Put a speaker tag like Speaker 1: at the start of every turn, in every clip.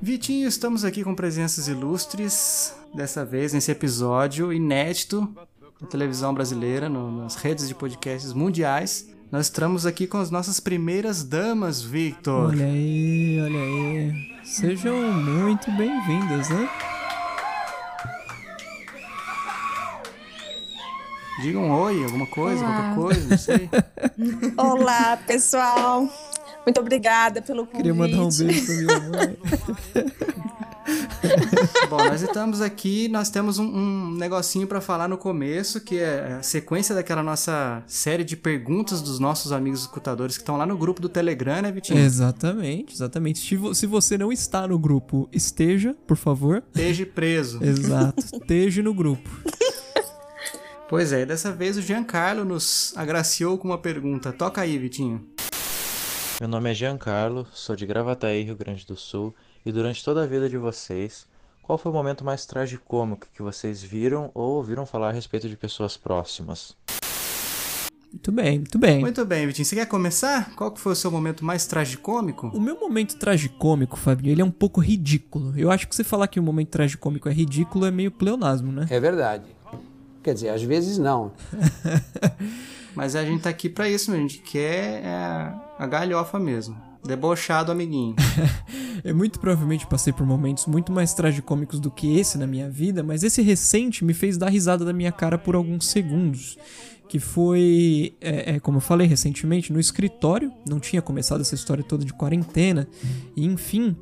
Speaker 1: Vitinho, estamos aqui com presenças ilustres, dessa vez nesse episódio inédito na televisão brasileira, no- nas redes de podcasts mundiais. Nós estamos aqui com as nossas primeiras damas, Victor.
Speaker 2: Olha aí, olha aí. Sejam muito bem-vindas, né?
Speaker 1: Digam um oi, alguma coisa, qualquer coisa, não sei.
Speaker 3: Olá, pessoal. Muito obrigada pelo convite.
Speaker 2: Queria mandar um beijo pra minha mãe.
Speaker 1: Bom, nós estamos aqui, nós temos um, um negocinho pra falar no começo, que é a sequência daquela nossa série de perguntas dos nossos amigos escutadores que estão lá no grupo do Telegram, né, Vitinho?
Speaker 2: exatamente, exatamente. Se, vo- se você não está no grupo, esteja, por favor.
Speaker 1: Esteja preso.
Speaker 2: Exato, esteja no grupo.
Speaker 1: Pois é, dessa vez o Giancarlo nos agraciou com uma pergunta. Toca aí, Vitinho.
Speaker 4: Meu nome é Giancarlo, sou de Gravataí, Rio Grande do Sul, e durante toda a vida de vocês, qual foi o momento mais tragicômico que vocês viram ou ouviram falar a respeito de pessoas próximas?
Speaker 2: Muito bem, muito bem.
Speaker 1: Muito bem, Vitinho. Você quer começar? Qual que foi o seu momento mais tragicômico?
Speaker 2: O meu momento tragicômico, Fabinho, ele é um pouco ridículo. Eu acho que você falar que o momento tragicômico é ridículo é meio pleonasmo, né?
Speaker 5: É verdade. Quer dizer, às vezes não.
Speaker 1: Mas a gente tá aqui pra isso, meu. A gente quer é, a galhofa mesmo. Debochado, amiguinho.
Speaker 2: Eu muito provavelmente passei por momentos muito mais tragicômicos do que esse na minha vida, mas esse recente me fez dar risada da minha cara por alguns segundos. Que foi, é, é, como eu falei recentemente, no escritório, não tinha começado essa história toda de quarentena, e enfim.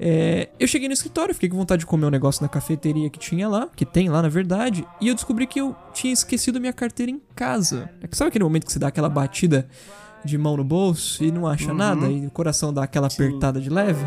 Speaker 2: é, eu cheguei no escritório, fiquei com vontade de comer um negócio na cafeteria que tinha lá, que tem lá na verdade, e eu descobri que eu tinha esquecido a minha carteira em casa. É que sabe aquele momento que você dá aquela batida de mão no bolso e não acha nada, e o coração dá aquela apertada de leve?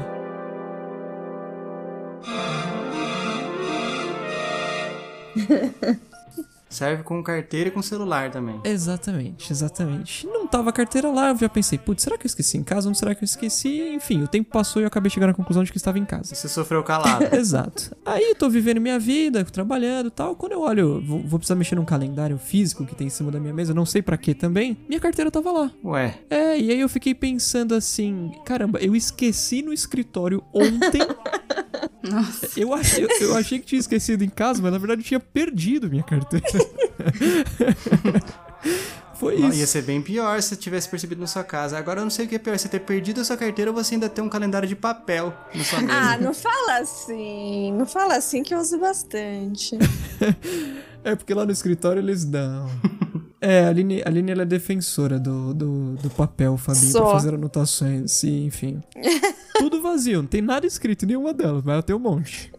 Speaker 1: Serve com carteira e com celular também.
Speaker 2: Exatamente, exatamente. Não tava a carteira lá, eu já pensei, putz, será que eu esqueci em casa? Ou será que eu esqueci? Enfim, o tempo passou e eu acabei chegando à conclusão de que estava em casa.
Speaker 1: Você sofreu calado.
Speaker 2: Exato. Aí eu tô vivendo minha vida, trabalhando e tal. Quando eu olho, vou, vou precisar mexer num calendário físico que tem em cima da minha mesa, não sei pra que também. Minha carteira tava lá.
Speaker 1: Ué,
Speaker 2: É, e aí eu fiquei pensando assim, caramba, eu esqueci no escritório ontem. Eu achei, eu- eu achei que tinha esquecido em casa, mas na verdade eu tinha perdido minha carteira. Foi
Speaker 1: não,
Speaker 2: isso.
Speaker 1: ia ser bem pior se tivesse percebido na sua casa. Agora eu não sei o que é pior, você ter perdido a sua carteira ou você ainda ter um calendário de papel na sua mesa.
Speaker 3: Ah, não fala assim. Não fala assim que eu uso bastante.
Speaker 2: É porque lá no escritório eles dão. É, a Aline, a Aline ela é defensora do, do, do papel, Fabinho, pra
Speaker 3: Só.
Speaker 2: fazer anotações e enfim. Tudo vazio, não tem nada escrito em nenhuma delas, mas ela tem um monte.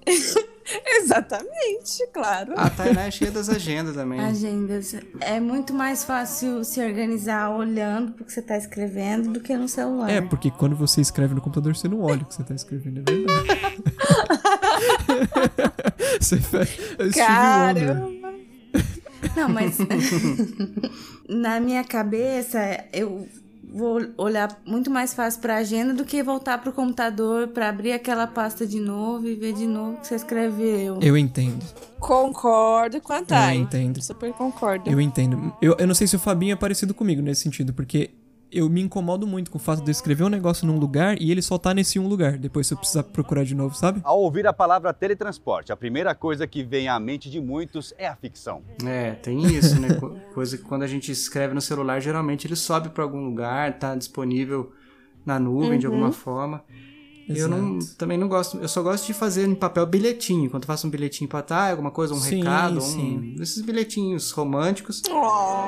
Speaker 3: Exatamente, claro.
Speaker 2: Ah,
Speaker 1: A Tainá é cheia das agendas também.
Speaker 6: Agendas. É muito mais fácil se organizar olhando pro que você tá escrevendo do que no celular.
Speaker 2: É, porque quando você escreve no computador, você não olha o que você tá escrevendo, é verdade. você fe... é o Steve Wonder.
Speaker 3: Caramba.
Speaker 6: Não, mas na minha cabeça eu vou olhar muito mais fácil pra agenda do que voltar pro computador pra abrir aquela pasta de novo e ver de novo o que você escreveu.
Speaker 2: Eu entendo,
Speaker 3: Concordo com a Thay.
Speaker 2: eu É, entendo.
Speaker 3: Super concordo.
Speaker 2: Eu entendo. Eu, eu não sei se o Fabinho é parecido comigo nesse sentido, porque eu me incomodo muito com o fato de eu escrever um negócio num lugar e ele só tá nesse um lugar. Depois se eu precisar procurar de novo, sabe?
Speaker 7: Ao ouvir a palavra teletransporte, a primeira coisa que vem à mente de muitos é a ficção.
Speaker 1: É, tem isso, né? Co- Coisa que quando a gente escreve no celular, geralmente ele sobe pra algum lugar, tá disponível na nuvem de alguma forma. Eu não,
Speaker 2: Uhum. Exato.
Speaker 1: também não gosto, eu só gosto de fazer em papel bilhetinho. Quando eu faço um bilhetinho pra tá, alguma coisa, um
Speaker 2: Sim,
Speaker 1: recado, um,
Speaker 2: sim.
Speaker 1: esses bilhetinhos românticos.
Speaker 3: Oh.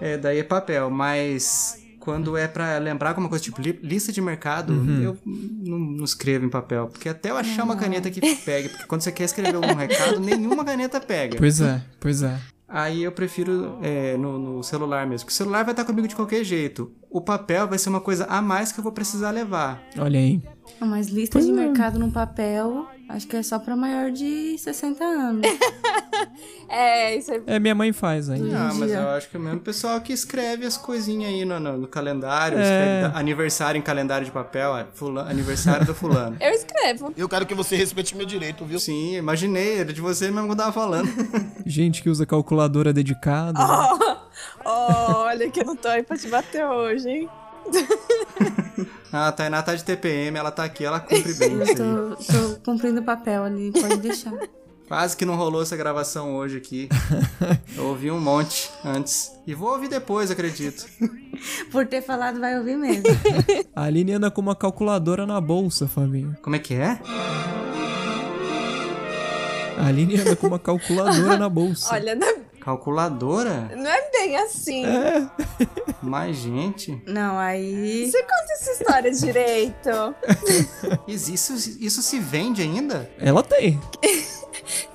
Speaker 1: É, daí é papel, mas quando é pra lembrar alguma coisa, tipo li- lista de mercado,
Speaker 2: Uhum.
Speaker 1: eu não, não escrevo em papel. Porque até eu achar uma
Speaker 2: Ah.
Speaker 1: caneta que pegue, porque quando você quer escrever um recado, nenhuma caneta pega.
Speaker 2: Pois é, pois é.
Speaker 1: Aí eu prefiro é, no, no celular mesmo. Porque o celular vai estar comigo de qualquer jeito. O papel vai ser uma coisa a mais que eu vou precisar levar.
Speaker 2: Olha aí.
Speaker 6: Não, é Mas lista de mercado no papel, acho que é só pra maior de 60 anos.
Speaker 3: É, isso é
Speaker 2: É, minha mãe faz ainda.
Speaker 1: Ah, mas
Speaker 6: dia.
Speaker 1: eu acho que é o mesmo pessoal que escreve as coisinhas aí no, no- no calendário,
Speaker 2: É.
Speaker 1: escreve da- aniversário em calendário de papel, ah, fula- aniversário do fulano.
Speaker 3: Eu escrevo.
Speaker 8: Eu quero que você respeite meu direito, viu?
Speaker 1: Sim, imaginei, era de você mesmo que eu tava falando.
Speaker 2: Gente que usa calculadora dedicada. né?
Speaker 1: Ah!
Speaker 3: Oh, olha que eu não tô aí pra te bater hoje, hein?
Speaker 1: Ah, a Tainá tá de TPM, ela tá aqui, ela cumpre bem
Speaker 6: Eu
Speaker 1: isso aí.
Speaker 6: tô, tô cumprindo o papel ali, pode deixar.
Speaker 1: Quase que não rolou essa gravação hoje aqui. Eu ouvi um monte antes. E vou ouvir depois, acredito.
Speaker 6: Por ter falado, vai ouvir mesmo.
Speaker 2: A Aline anda com uma calculadora na bolsa, Fabinho.
Speaker 1: Como é que é?
Speaker 2: A Aline anda com uma calculadora na bolsa.
Speaker 3: Olha, não é,
Speaker 1: Calculadora?
Speaker 3: não é bem assim.
Speaker 1: Mais gente.
Speaker 6: Não, aí.
Speaker 3: Você conta essa história direito.
Speaker 1: Isso, isso- isso se vende ainda?
Speaker 2: Ela tem.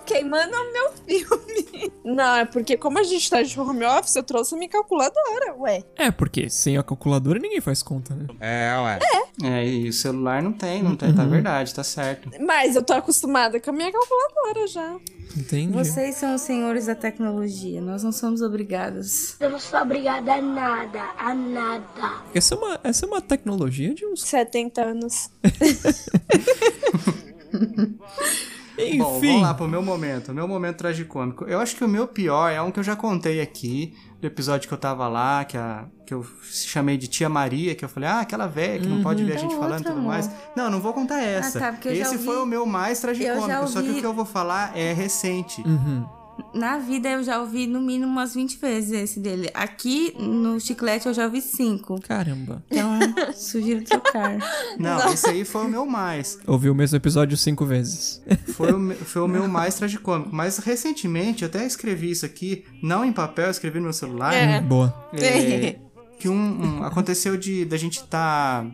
Speaker 3: Queimando o meu filme. Não, é porque como a gente tá de home office, eu trouxe a minha calculadora, ué.
Speaker 2: É, porque sem a calculadora ninguém faz conta, né?
Speaker 1: É, e o celular não tem, não tem. Tá verdade, tá certo.
Speaker 3: Mas eu tô acostumada com a minha calculadora já.
Speaker 2: Entende?
Speaker 6: Vocês são os senhores da tecnologia, nós não somos obrigados.
Speaker 9: Eu não sou obrigada a nada, a nada.
Speaker 2: Essa é uma, essa é uma tecnologia de uns.
Speaker 3: 70 anos.
Speaker 2: Enfim.
Speaker 1: Bom, vamos lá pro meu momento, o meu momento tragicômico. Eu acho que o meu pior é um que eu já contei aqui, do episódio que eu tava lá, que, a, que eu chamei de Tia Maria, que eu falei, ah, aquela velha que não pode ver a
Speaker 6: É
Speaker 1: gente
Speaker 6: outro,
Speaker 1: falando e tudo
Speaker 6: amor.
Speaker 1: mais. Não, não vou contar essa.
Speaker 6: tá, porque eu já
Speaker 1: Esse
Speaker 6: ouvi-
Speaker 1: foi o meu mais
Speaker 6: eu já
Speaker 1: tragicômico, só que o
Speaker 6: ouvi-
Speaker 1: que eu vou falar é recente.
Speaker 2: Uhum.
Speaker 6: Na vida eu já ouvi no mínimo umas 20 vezes esse dele. Aqui no chiclete eu já ouvi 5.
Speaker 2: Caramba.
Speaker 6: Então eu sugiro trocar.
Speaker 1: Não, esse aí foi o meu mais.
Speaker 2: Ouvi o mesmo episódio cinco vezes.
Speaker 1: Foi o, me- foi o meu mais tragicômico. Mas recentemente, eu até escrevi isso aqui, não em papel, eu escrevi no meu celular.
Speaker 3: É.
Speaker 2: Boa.
Speaker 1: É, que um, um- aconteceu de da gente tá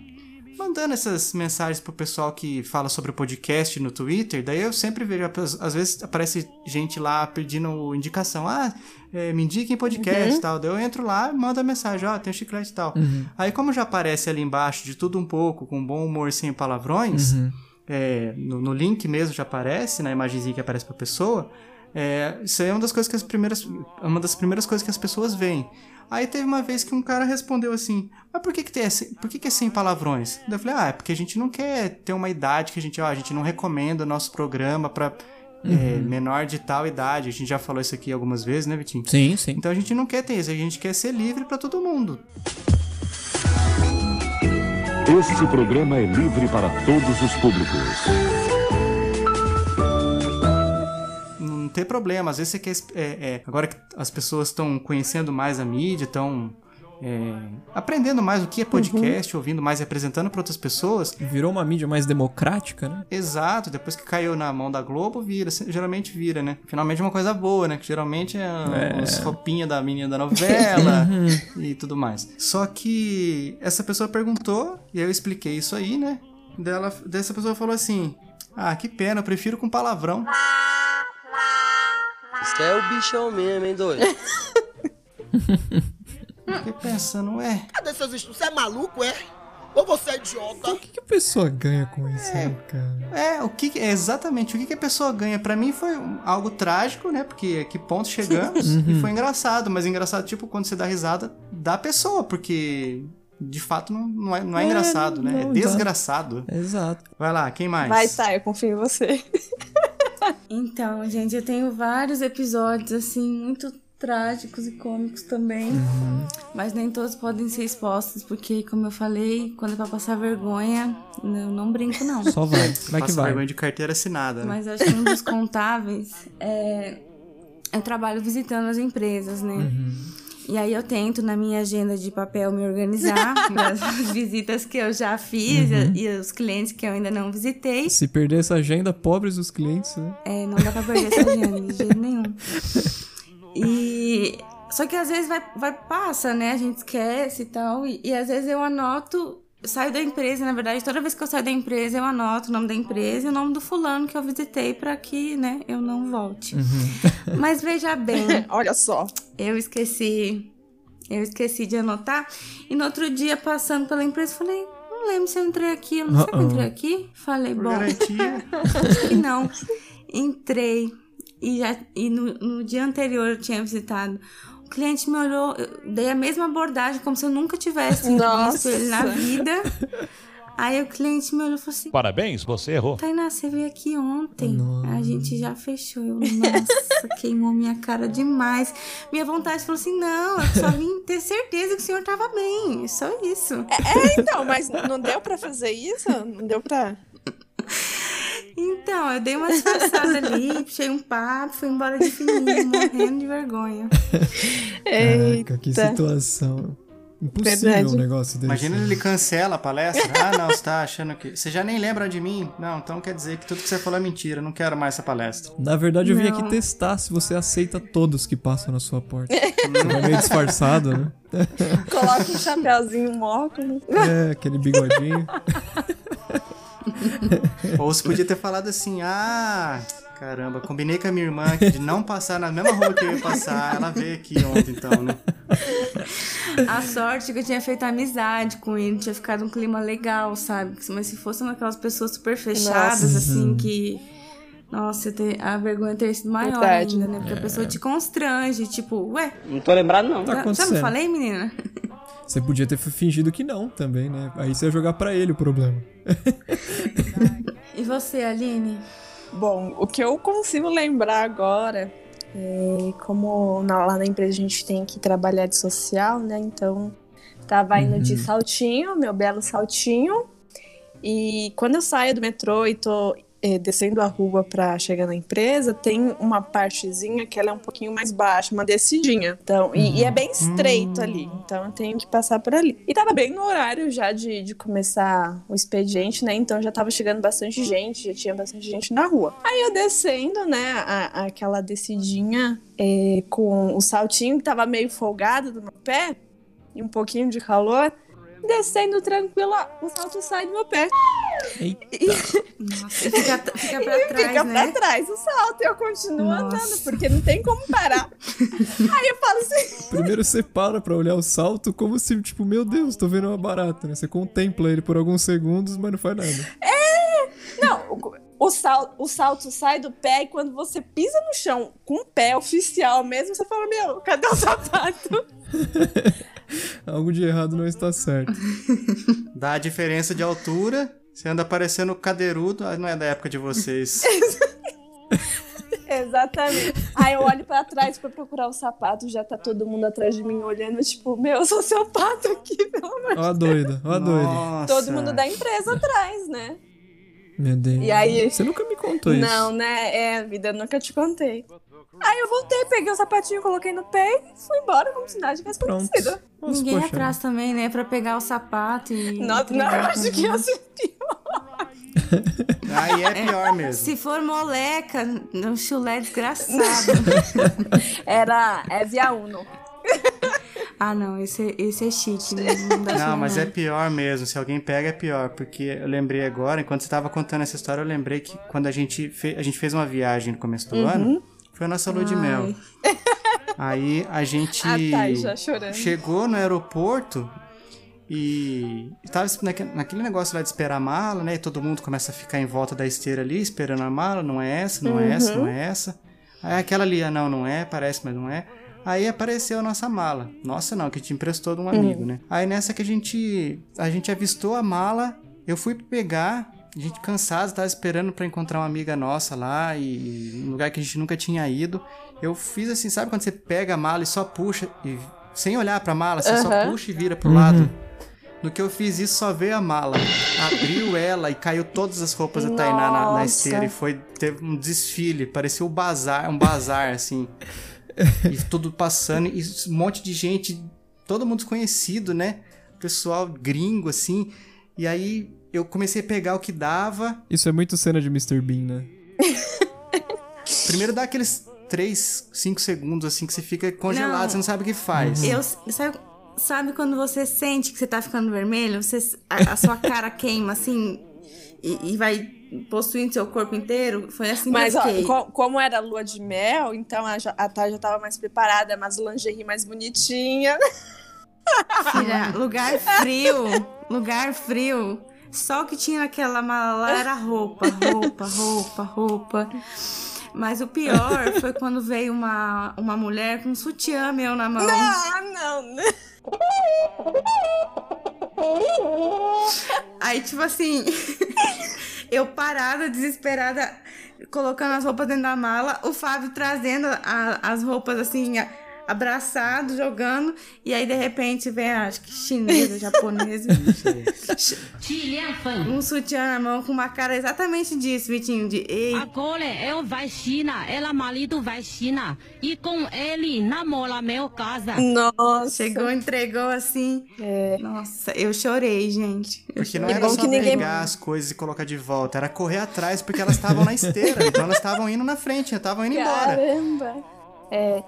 Speaker 1: mandando essas mensagens pro pessoal que fala sobre o podcast no Twitter. Daí eu sempre vejo às às vezes aparece gente lá pedindo indicação, ah, é, me indiquem podcast e tal. Daí eu entro lá, mando a mensagem, ó, tem um chiclete e tal.
Speaker 6: Uhum.
Speaker 1: Aí como já aparece ali embaixo de tudo um pouco, com bom humor sem palavrões,
Speaker 2: Uhum.
Speaker 1: é, no, no link mesmo já aparece, na imagenzinha que aparece pra pessoa. É, isso aí é uma das coisas que as primeiras. Uma das primeiras coisas que as pessoas veem. Aí teve uma vez que um cara respondeu assim: Mas por que, que, tem, esse- por que, que é sem palavrões? Daí eu falei, ah, é porque a gente não quer ter uma idade que a gente, ó, a gente não recomenda o nosso programa pra é, menor de tal idade. A gente já falou isso aqui algumas vezes, né, Vitinho?
Speaker 2: Sim, sim.
Speaker 1: Então a gente não quer ter isso, a gente quer ser livre pra todo mundo.
Speaker 10: Este programa é livre para todos os públicos.
Speaker 1: não tem problema. Às vezes você quer. es- é, é, agora que as pessoas estão conhecendo mais a mídia, estão é, aprendendo mais o que é podcast, ouvindo mais e apresentando para outras pessoas.
Speaker 2: Virou uma mídia mais democrática, né?
Speaker 1: Exato, depois que caiu na mão da Globo, vira, se- geralmente vira, né? Finalmente é uma coisa boa, né? Que geralmente é, as roupinhas da menina da novela e tudo mais. Só que essa pessoa perguntou, e eu expliquei isso aí, né? Dela, dessa pessoa falou assim: Ah, que pena, eu prefiro com palavrão.
Speaker 11: Você é o bichão mesmo, hein, doido?
Speaker 1: Fiquei pensando, ué.
Speaker 8: Cadê seus estudos? Você é maluco, é? Ou você é idiota?
Speaker 2: Então, o que, que a pessoa ganha com isso, né, cara?
Speaker 1: É, o que que- é exatamente o que, que a pessoa ganha? Pra mim foi um- algo trágico, né? Porque a que ponto chegamos? e
Speaker 2: Uhum.
Speaker 1: foi engraçado, mas engraçado tipo quando você dá risada da pessoa, porque de fato não, não é, não é
Speaker 2: É,
Speaker 1: engraçado, né?
Speaker 2: não
Speaker 1: é
Speaker 2: dá.
Speaker 1: desgraçado.
Speaker 2: Exato.
Speaker 1: Vai lá, quem mais?
Speaker 3: Vai, tá, eu confio em você.
Speaker 6: Então, gente, eu tenho vários episódios, assim, muito trágicos e cômicos também. Mas nem todos podem ser expostos, porque, como eu falei, quando é pra passar vergonha, eu não brinco, não.
Speaker 2: Só vai. Vai que
Speaker 1: Passa
Speaker 2: vai.
Speaker 1: vergonha de carteira assinada. né?
Speaker 6: Mas acho que um dos contáveis é. Eu trabalho visitando as empresas, né?
Speaker 2: Uhum.
Speaker 6: E aí eu tento, na minha agenda de papel, me organizar as visitas que eu já fiz e os clientes que eu ainda não visitei.
Speaker 2: Se perder essa agenda, pobres os clientes, né?
Speaker 6: É, não dá pra perder essa agenda de jeito nenhum. E. Só que às vezes vai, vai passa, né? A gente esquece e tal. E, e às vezes eu anoto. eu Saio da empresa, na verdade, toda vez que eu saio da empresa, eu anoto o nome da empresa e o nome do fulano que eu visitei pra que, né, eu não volte. Mas veja bem,
Speaker 3: Olha só.
Speaker 6: eu esqueci. Eu esqueci de anotar. E no outro dia, passando pela empresa, eu falei, não lembro se eu entrei aqui. Eu não sei se eu
Speaker 2: Uh-oh.
Speaker 6: entrei aqui. Falei,
Speaker 1: Por
Speaker 6: bom
Speaker 1: garantia.
Speaker 6: que não. Entrei. e, já, e no, no dia anterior eu tinha visitado. O cliente me olhou, eu dei a mesma abordagem, como se eu nunca tivesse visto um
Speaker 12: Nossa.
Speaker 6: ele na vida. Aí o cliente me olhou e falou assim:
Speaker 13: Parabéns, você errou.
Speaker 6: Tainá, você veio aqui ontem. A gente já fechou. Eu, nossa, queimou minha cara demais. Minha vontade falou assim: não, eu só vim ter certeza que o senhor tava bem. Só isso.
Speaker 3: É, então, mas não deu pra fazer isso? Não deu pra.
Speaker 6: Então, eu dei uma disfarçada ali, puxei um papo, fui embora de fininho, morrendo de vergonha.
Speaker 2: Caraca, que situação. Impossível
Speaker 6: Verdade.
Speaker 2: um negócio desse.
Speaker 1: Imagina ele cancela a palestra. Ah, não, você tá achando que. Você já nem lembra de mim? Não, então quer dizer que tudo que você falou é mentira. eu Não quero mais essa palestra.
Speaker 2: Na verdade, eu vim
Speaker 1: Não.
Speaker 2: aqui testar se você aceita todos que passam na sua porta. Você vai meio disfarçado, né?
Speaker 3: Coloca um chapéuzinho, um óculos.
Speaker 2: É, aquele bigodinho. Tá
Speaker 1: Ou você podia ter falado assim: ah, caramba, combinei com a minha irmã aqui de não passar na mesma rua que eu ia passar. Ela veio aqui ontem, então, né?
Speaker 6: A sorte que eu tinha feito amizade com ele, tinha ficado um clima legal, sabe? Mas se fossem aquelas pessoas super fechadas,
Speaker 3: Nossa.
Speaker 6: assim, que. Nossa, eu ter- a vergonha teria sido maior
Speaker 3: Verdade.
Speaker 6: ainda, né? Porque a pessoa te constrange, tipo, ué.
Speaker 11: Não tô lembrado, não.
Speaker 2: Tá
Speaker 6: já- já
Speaker 2: acontecendo.
Speaker 6: me falei, menina?
Speaker 2: Você podia ter fingido que não também, né? Aí você ia jogar pra ele o problema.
Speaker 6: E você, Aline?
Speaker 3: Bom, o que eu consigo lembrar agora é como na- lá na empresa a gente tem que trabalhar de social, né? Então tava indo de
Speaker 6: Uhum.
Speaker 3: saltinho, meu belo saltinho. E quando eu saio do metrô e tô eh, descendo a rua pra chegar na empresa, tem uma partezinha que ela é um pouquinho mais baixa, uma descidinha. Então, e, e é bem estreito ali.
Speaker 6: Hum.
Speaker 3: Então eu tenho que passar por ali. E tava bem no horário já de, de começar o expediente, né? Então já tava chegando bastante gente, já tinha bastante gente na rua. Aí eu descendo, né, a- aquela descidinha eh, com o saltinho que tava meio folgado do meu pé e um pouquinho de calor. Descendo tranquila, o salto sai do meu pé.
Speaker 6: Nossa, e fica, fica pra
Speaker 3: E
Speaker 6: trás,
Speaker 3: fica
Speaker 6: né?
Speaker 3: pra trás o salto. E eu continuo andando, porque não tem como parar. Aí eu falo assim.
Speaker 2: Primeiro você para pra olhar o salto como se, tipo, meu Deus, tô vendo uma barata, né? Você contempla ele por alguns segundos, mas não faz nada.
Speaker 3: É! Não, o, o sal- o salto sai do pé e quando você pisa no chão com o pé oficial mesmo, você fala, meu, cadê o sapato?
Speaker 2: Algo de errado não está certo.
Speaker 1: Dá a diferença de altura. Você anda parecendo cadeirudo. Ah, não é da época de vocês.
Speaker 3: Exatamente. Aí eu olho pra trás pra procurar o sapato, já tá todo mundo atrás de mim olhando, tipo, meu, eu sou sapato aqui, pelo amor
Speaker 2: Ó a doida, ó a doida.
Speaker 3: de Todo mundo da empresa atrás, né?
Speaker 2: Meu Deus.
Speaker 3: E aí-
Speaker 2: Você nunca me contou isso.
Speaker 3: Não, né? É, vida, eu nunca te contei. Aí eu voltei, peguei o sapatinho, coloquei no pé e fui embora, como se nada tivesse acontecido.
Speaker 6: Ninguém atrás também, né? Pra pegar o sapato e.
Speaker 3: Não, não, eu acho que eu sou
Speaker 1: Aí é pior mesmo.
Speaker 6: Se for moleca, um chulé desgraçado.
Speaker 3: Era é via Uno.
Speaker 6: Ah, não, esse, esse é cheat mesmo. Não, dá
Speaker 1: Não,
Speaker 6: chulé,
Speaker 1: mas
Speaker 6: não.
Speaker 1: é pior mesmo. Se alguém pega, é pior. Porque eu lembrei agora, enquanto você tava contando essa história, eu lembrei que quando a gente, fe- a gente fez uma viagem no começo do
Speaker 3: Uhum.
Speaker 1: ano, foi a nossa lua de
Speaker 3: Ai.
Speaker 1: mel. Aí a gente
Speaker 3: Ah, tá, já chorando.
Speaker 1: chegou no aeroporto e tava naque- naquele negócio lá de esperar a mala, né? E todo mundo começa a ficar em volta da esteira ali, esperando a mala. Não é essa, não é essa,
Speaker 14: Uhum.
Speaker 1: não é essa. Aí aquela ali, ah, não, não é, parece, mas não é. Aí apareceu a nossa mala. Nossa, não, que te emprestou de um amigo, né? Aí nessa que a gente a gente avistou a mala, eu fui pegar, a gente cansado, tava esperando pra encontrar uma amiga nossa lá e um lugar que a gente nunca tinha ido. Eu fiz assim, sabe quando você pega a mala e só puxa e sem olhar pra mala, você só
Speaker 14: Aham.
Speaker 1: puxa e vira pro
Speaker 2: Uhum.
Speaker 1: lado. No que eu fiz isso, só veio a mala. Abriu ela e caiu todas as roupas da Tainá na, na
Speaker 14: Nossa.
Speaker 1: esteira. E foi, teve um desfile, parecia um bazar, um bazar, assim. E tudo passando, e um monte de gente, todo mundo desconhecido, né? Pessoal gringo, assim. E aí eu comecei a pegar o que dava.
Speaker 2: Isso é muito cena de Mr. Bean, né?
Speaker 1: Primeiro dá aqueles 3, 5 segundos, assim, que você fica congelado,
Speaker 6: Não.
Speaker 1: você não sabe o que faz.
Speaker 6: Eu, sabe, sabe quando você sente que você tá ficando vermelho? Você, a, a sua cara queima assim e, e vai possuindo seu corpo inteiro? Foi assim
Speaker 3: Mas
Speaker 6: que eu
Speaker 3: ó,
Speaker 6: fiquei.
Speaker 3: co- como era lua de mel, então a, Jo- a Thay já tava mais preparada, mas lingerie mais bonitinha.
Speaker 6: Filha, lugar frio, lugar frio. Só o que tinha naquela mala lá era roupa, roupa, roupa, roupa. Mas o pior foi quando veio uma, uma mulher com um sutiã meu na mão.
Speaker 3: Ah, Não, não.
Speaker 6: Aí, tipo assim, eu parada, desesperada, colocando as roupas dentro da mala, o Fábio trazendo a- as roupas assim, a- abraçado, jogando, e aí de repente vem, acho que chinesa, japonesa. um sutiã na mão com uma cara exatamente disso, Vitinho, de ei.
Speaker 12: Agora eu vai China, ela marido vai China e com ele namora meu casa.
Speaker 3: Nossa.
Speaker 6: Chegou, entregou assim. Nossa, eu chorei, gente.
Speaker 1: Porque não
Speaker 6: E
Speaker 1: era
Speaker 6: É bom
Speaker 1: só
Speaker 6: que ninguém-
Speaker 1: pegar as coisas e colocar de volta, era correr atrás, porque elas estavam na esteira. então elas estavam indo na frente, estavam indo embora.
Speaker 3: Caramba. É.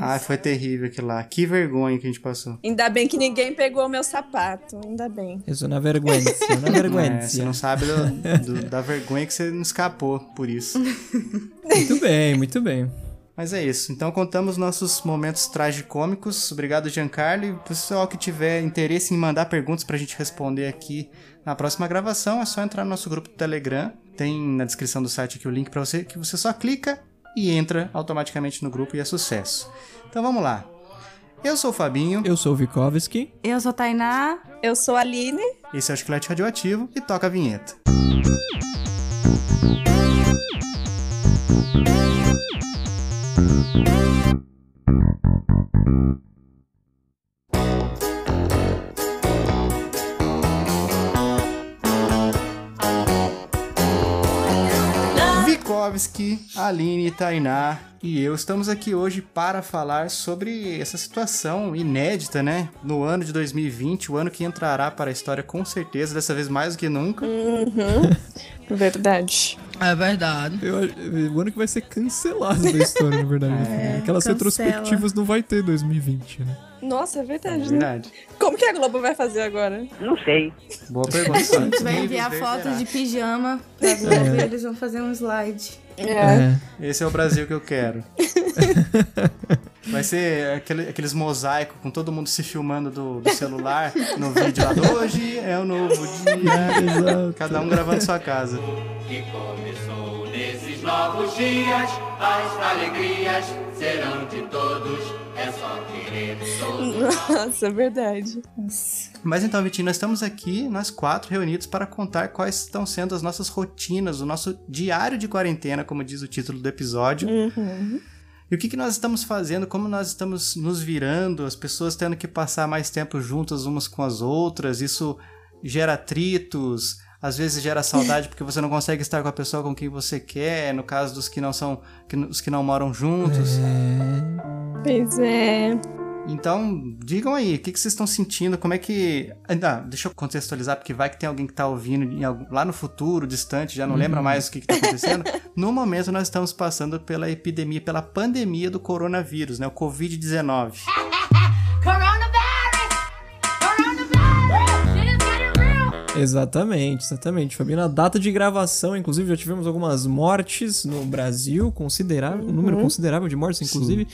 Speaker 1: Ah, foi terrível aquilo lá. Que vergonha que a gente passou.
Speaker 3: Ainda bem que ninguém pegou o meu sapato. Ainda bem.
Speaker 2: Isso na vergonha, isso na vergonha.
Speaker 1: É, você não sabe do- do- da vergonha que você não escapou por isso.
Speaker 2: Muito bem, muito bem.
Speaker 1: Mas é isso. Então contamos nossos momentos tragicômicos. Obrigado, Giancarlo. E o pessoal que tiver interesse em mandar perguntas pra gente responder aqui na próxima gravação, é só entrar no nosso grupo do Telegram. Tem na descrição do site aqui o link pra você, que você só clica e entra automaticamente no grupo e é sucesso. Então vamos lá. Eu sou o Fabinho.
Speaker 2: Eu sou o Vikovski.
Speaker 6: Eu sou a Tainá.
Speaker 3: Eu sou a Aline.
Speaker 1: Esse é o Chiclete Radioativo e toca a vinheta. Vikovski, Aline, Tainá e eu estamos aqui hoje para falar sobre essa situação inédita, né? No ano de 2020, o ano que entrará para a história com certeza, dessa vez mais do que nunca.
Speaker 3: Uhum. Verdade.
Speaker 2: É verdade. o ano que vai ser cancelado da história, na verdade. né? Aquelas
Speaker 3: É, cancela.
Speaker 2: retrospectivas não vai ter 2020, né?
Speaker 3: Nossa, é verdade, né?
Speaker 1: Verdade.
Speaker 3: Como que a Globo vai fazer agora?
Speaker 1: Não sei. Boa pergunta.
Speaker 6: A gente vai enviar
Speaker 1: Níveis
Speaker 6: fotos de
Speaker 1: verdeirá.
Speaker 6: pijama pra Globo e eles vão fazer um slide.
Speaker 1: Esse é o Brasil que eu quero. Vai ser aquele- aqueles mosaicos com todo mundo se filmando do, do celular no vídeo lá do hoje é o novo dia.
Speaker 2: Exato.
Speaker 1: Cada um gravando sua casa.
Speaker 13: Que começou nesses novos dias, as alegrias serão de todos, é só querer todos.
Speaker 3: Nossa, é verdade.
Speaker 1: Mas então, Vitinho, nós estamos aqui, nós quatro, reunidos para contar quais estão sendo as nossas rotinas, o nosso diário de quarentena, como diz o título do episódio. E o que, que nós estamos fazendo, como nós estamos nos virando, as pessoas tendo que passar mais tempo juntas umas com as outras, isso gera atritos, às vezes gera saudade porque você não consegue estar com a pessoa com quem você quer, no caso dos que não são, que, os que não moram
Speaker 2: É.
Speaker 1: juntos.
Speaker 3: Pois é.
Speaker 1: Então, digam aí, o que, que vocês estão sentindo? Como é que. Ah, não, deixa eu contextualizar, porque vai que tem alguém que tá ouvindo em algum- lá no futuro, distante, já não
Speaker 2: Uhum.
Speaker 1: lembra mais o que, que tá acontecendo. no momento, nós estamos passando pela epidemia, pela pandemia do coronavírus, né? O Covid-19.
Speaker 2: Exatamente, exatamente. Fabi, na data de gravação, inclusive, já tivemos algumas mortes no Brasil, considerável, um número
Speaker 1: Uhum.
Speaker 2: considerável de mortes, inclusive.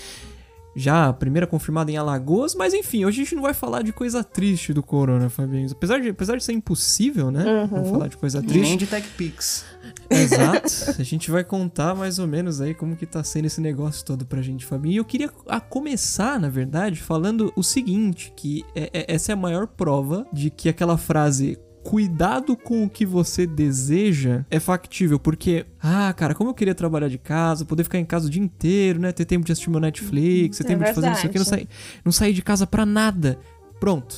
Speaker 2: Já a primeira confirmada em Alagoas, mas enfim, hoje a gente não vai falar de coisa triste do corona, Fabinho. Apesar de, apesar de ser impossível, né? Não
Speaker 1: Uhum.
Speaker 2: falar de coisa
Speaker 1: E
Speaker 2: triste.
Speaker 1: nem de TechPix.
Speaker 2: Exato. A gente vai contar mais ou menos aí como que tá sendo esse negócio todo pra gente, Fabinho. E eu queria a começar, na verdade, falando o seguinte, que é- é- essa é a maior prova de que aquela frase cuidado com o que você deseja é factível, porque ah, cara, como eu queria trabalhar de casa, poder ficar em casa o dia inteiro, né, ter tempo de assistir meu Netflix, ter
Speaker 1: É
Speaker 2: tempo de fazer não sei o que, não sair,
Speaker 1: verdade.
Speaker 2: não sair de casa pra nada. Pronto.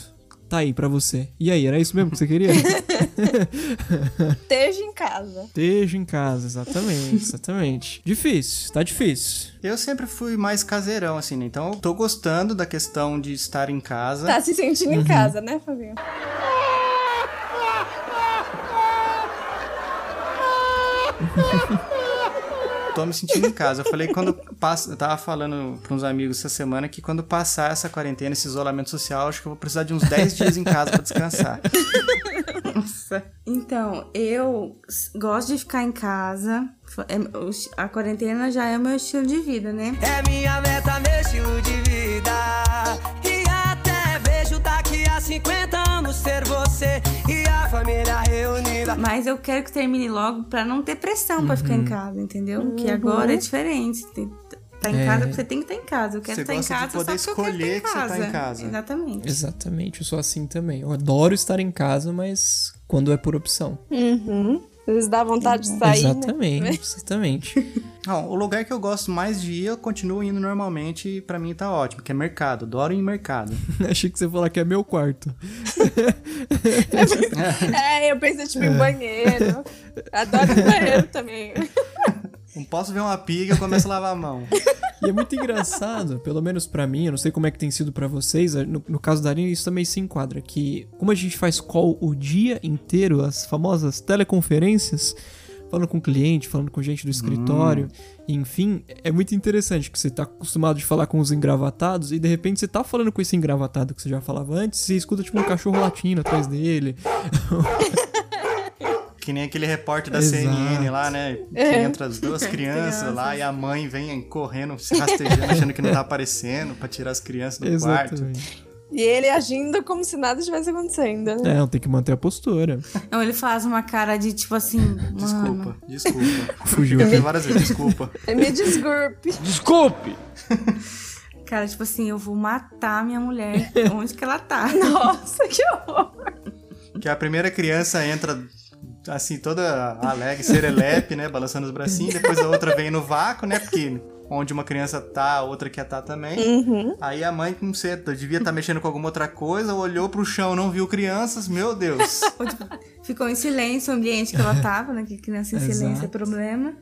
Speaker 2: Tá aí pra você. E aí, era isso mesmo que você queria?
Speaker 3: Esteja em casa.
Speaker 2: Esteja em casa, exatamente, exatamente. Difícil, tá difícil.
Speaker 1: Eu sempre fui mais caseirão, assim, né? Então, eu tô gostando da questão de estar em casa.
Speaker 3: Tá se sentindo em casa, né, Fabinho?
Speaker 1: Tô me sentindo em casa. Eu falei que quando passa. Eu tava falando pra uns amigos essa semana que quando passar essa quarentena, esse isolamento social, acho que eu vou precisar de uns 10 dias em casa pra descansar.
Speaker 6: Então, eu s- gosto de ficar em casa. Fa- é- o s- A quarentena já é o meu estilo de vida, né?
Speaker 13: É minha meta, meu estilo de vida. E até vejo daqui a 50 anos ser você e a família reunida.
Speaker 6: Mas eu quero que termine logo pra não ter pressão pra ficar
Speaker 2: Uhum.
Speaker 6: em casa, entendeu? Que
Speaker 14: Uhum.
Speaker 6: agora é diferente. Tem- Tá em
Speaker 2: É.
Speaker 6: casa, você tem que estar em casa. Eu quero
Speaker 2: Você
Speaker 6: estar em
Speaker 2: gosta de
Speaker 6: casa,
Speaker 2: poder
Speaker 6: só porque eu quero
Speaker 2: escolher
Speaker 6: estar
Speaker 2: que você tá em casa.
Speaker 6: Exatamente.
Speaker 2: Exatamente, eu sou assim também. Eu adoro estar em casa, mas quando é por opção.
Speaker 3: Uhum. Às vezes dá vontade de sair.
Speaker 2: exatamente,
Speaker 3: Né?
Speaker 2: exatamente.
Speaker 1: Não, o lugar que eu gosto mais de ir, eu continuo indo normalmente e pra mim tá ótimo, que é mercado. Adoro ir em mercado.
Speaker 2: Achei que você ia falar que é meu quarto.
Speaker 3: É, eu pensei tipo
Speaker 1: É.
Speaker 3: em banheiro. Adoro ir em banheiro também.
Speaker 1: Não posso ver uma piga, eu começo a lavar a mão.
Speaker 2: E é muito engraçado, pelo menos pra mim, eu não sei como é que tem sido pra vocês, no, no caso da Arina isso também se enquadra, que como a gente faz call o dia inteiro, as famosas teleconferências, falando com cliente, falando com gente do escritório, enfim, é muito interessante que você tá acostumado de falar com os engravatados e de repente você tá falando com esse engravatado que você já falava antes, você escuta tipo um cachorro latindo atrás dele.
Speaker 1: Que nem aquele repórter da
Speaker 2: Exato.
Speaker 1: CNN lá, né? Que
Speaker 2: É.
Speaker 1: entra as duas
Speaker 2: As
Speaker 1: crianças
Speaker 2: crianças.
Speaker 1: lá e a mãe vem correndo, se rastejando, achando que não tá aparecendo, pra tirar as crianças do
Speaker 2: Exatamente. É,
Speaker 1: quarto.
Speaker 3: E ele agindo como se nada estivesse acontecendo, né?
Speaker 2: Não, tem que manter a postura.
Speaker 6: Então ele faz uma cara de tipo assim. Desculpa,
Speaker 1: desculpa.
Speaker 2: Fugiu.
Speaker 1: Eu falei várias vezes, desculpa.
Speaker 3: Me desculpe.
Speaker 2: Desculpe!
Speaker 6: Cara, tipo assim, eu vou matar minha mulher. Onde que ela tá?
Speaker 3: Nossa, que horror!
Speaker 1: Que a primeira criança entra assim, toda alegre, serelepe, né? Balançando os bracinhos, depois a outra vem no vácuo, né? Porque onde uma criança tá, a outra quer tá também.
Speaker 13: Uhum.
Speaker 1: Aí a mãe, não sei, devia estar mexendo com alguma outra coisa, olhou pro chão, não viu crianças, meu Deus.
Speaker 6: Ficou em silêncio o ambiente que ela tava, né? Que criança em silêncio é
Speaker 2: Exato.
Speaker 6: problema.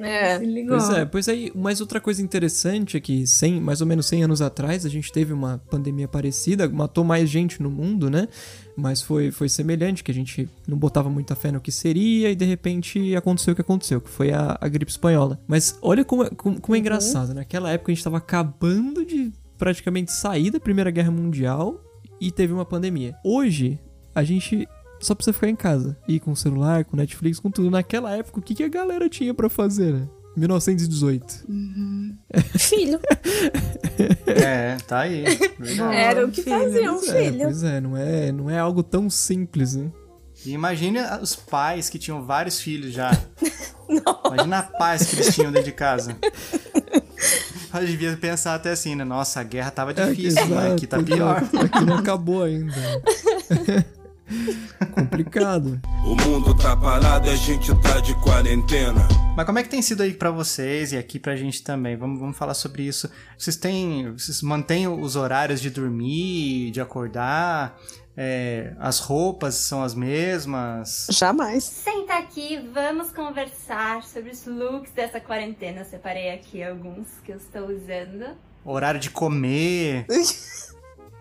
Speaker 3: É.
Speaker 6: Se ligou.
Speaker 2: Pois é, pois aí, mas outra coisa interessante é que 100, mais ou menos 100 anos atrás a gente teve uma pandemia parecida, matou mais gente no mundo, né? Mas foi, foi semelhante, que a gente não botava muita fé no que seria e de repente aconteceu o que aconteceu, que foi a, a gripe espanhola. Mas olha como, é- como, como é engraçado, naquela época a gente tava acabando de praticamente sair da Primeira Guerra Mundial e teve uma pandemia. Hoje, a gente só precisa ficar em casa. E com celular, com Netflix, com tudo. Naquela época, o que, que a galera tinha pra fazer, né? 1918.
Speaker 3: Filho.
Speaker 1: É, tá aí. Verdade.
Speaker 3: Era o que fazia um
Speaker 2: Pois é,
Speaker 3: filho.
Speaker 2: pois é, não é, não é algo tão simples, né?
Speaker 1: E imagina os pais que tinham vários filhos já. Imagina a paz que eles tinham dentro de casa. Eu devia pensar até assim, né? Nossa, a guerra tava difícil, mas aqui tá
Speaker 2: É, exato,
Speaker 1: pior.
Speaker 2: Aqui não acabou ainda. Complicado.
Speaker 15: O mundo tá parado, a gente tá de quarentena.
Speaker 1: Mas como é que tem sido aí pra vocês e aqui pra gente também? Vamos, vamos falar sobre isso. Vocês têm, vocês mantêm os horários de dormir, de acordar? É, as roupas são as mesmas?
Speaker 2: é.
Speaker 3: Jamais.
Speaker 16: Senta Tá aqui, vamos conversar sobre os looks dessa quarentena. Eu separei aqui alguns que eu estou usando.
Speaker 1: Horário de comer?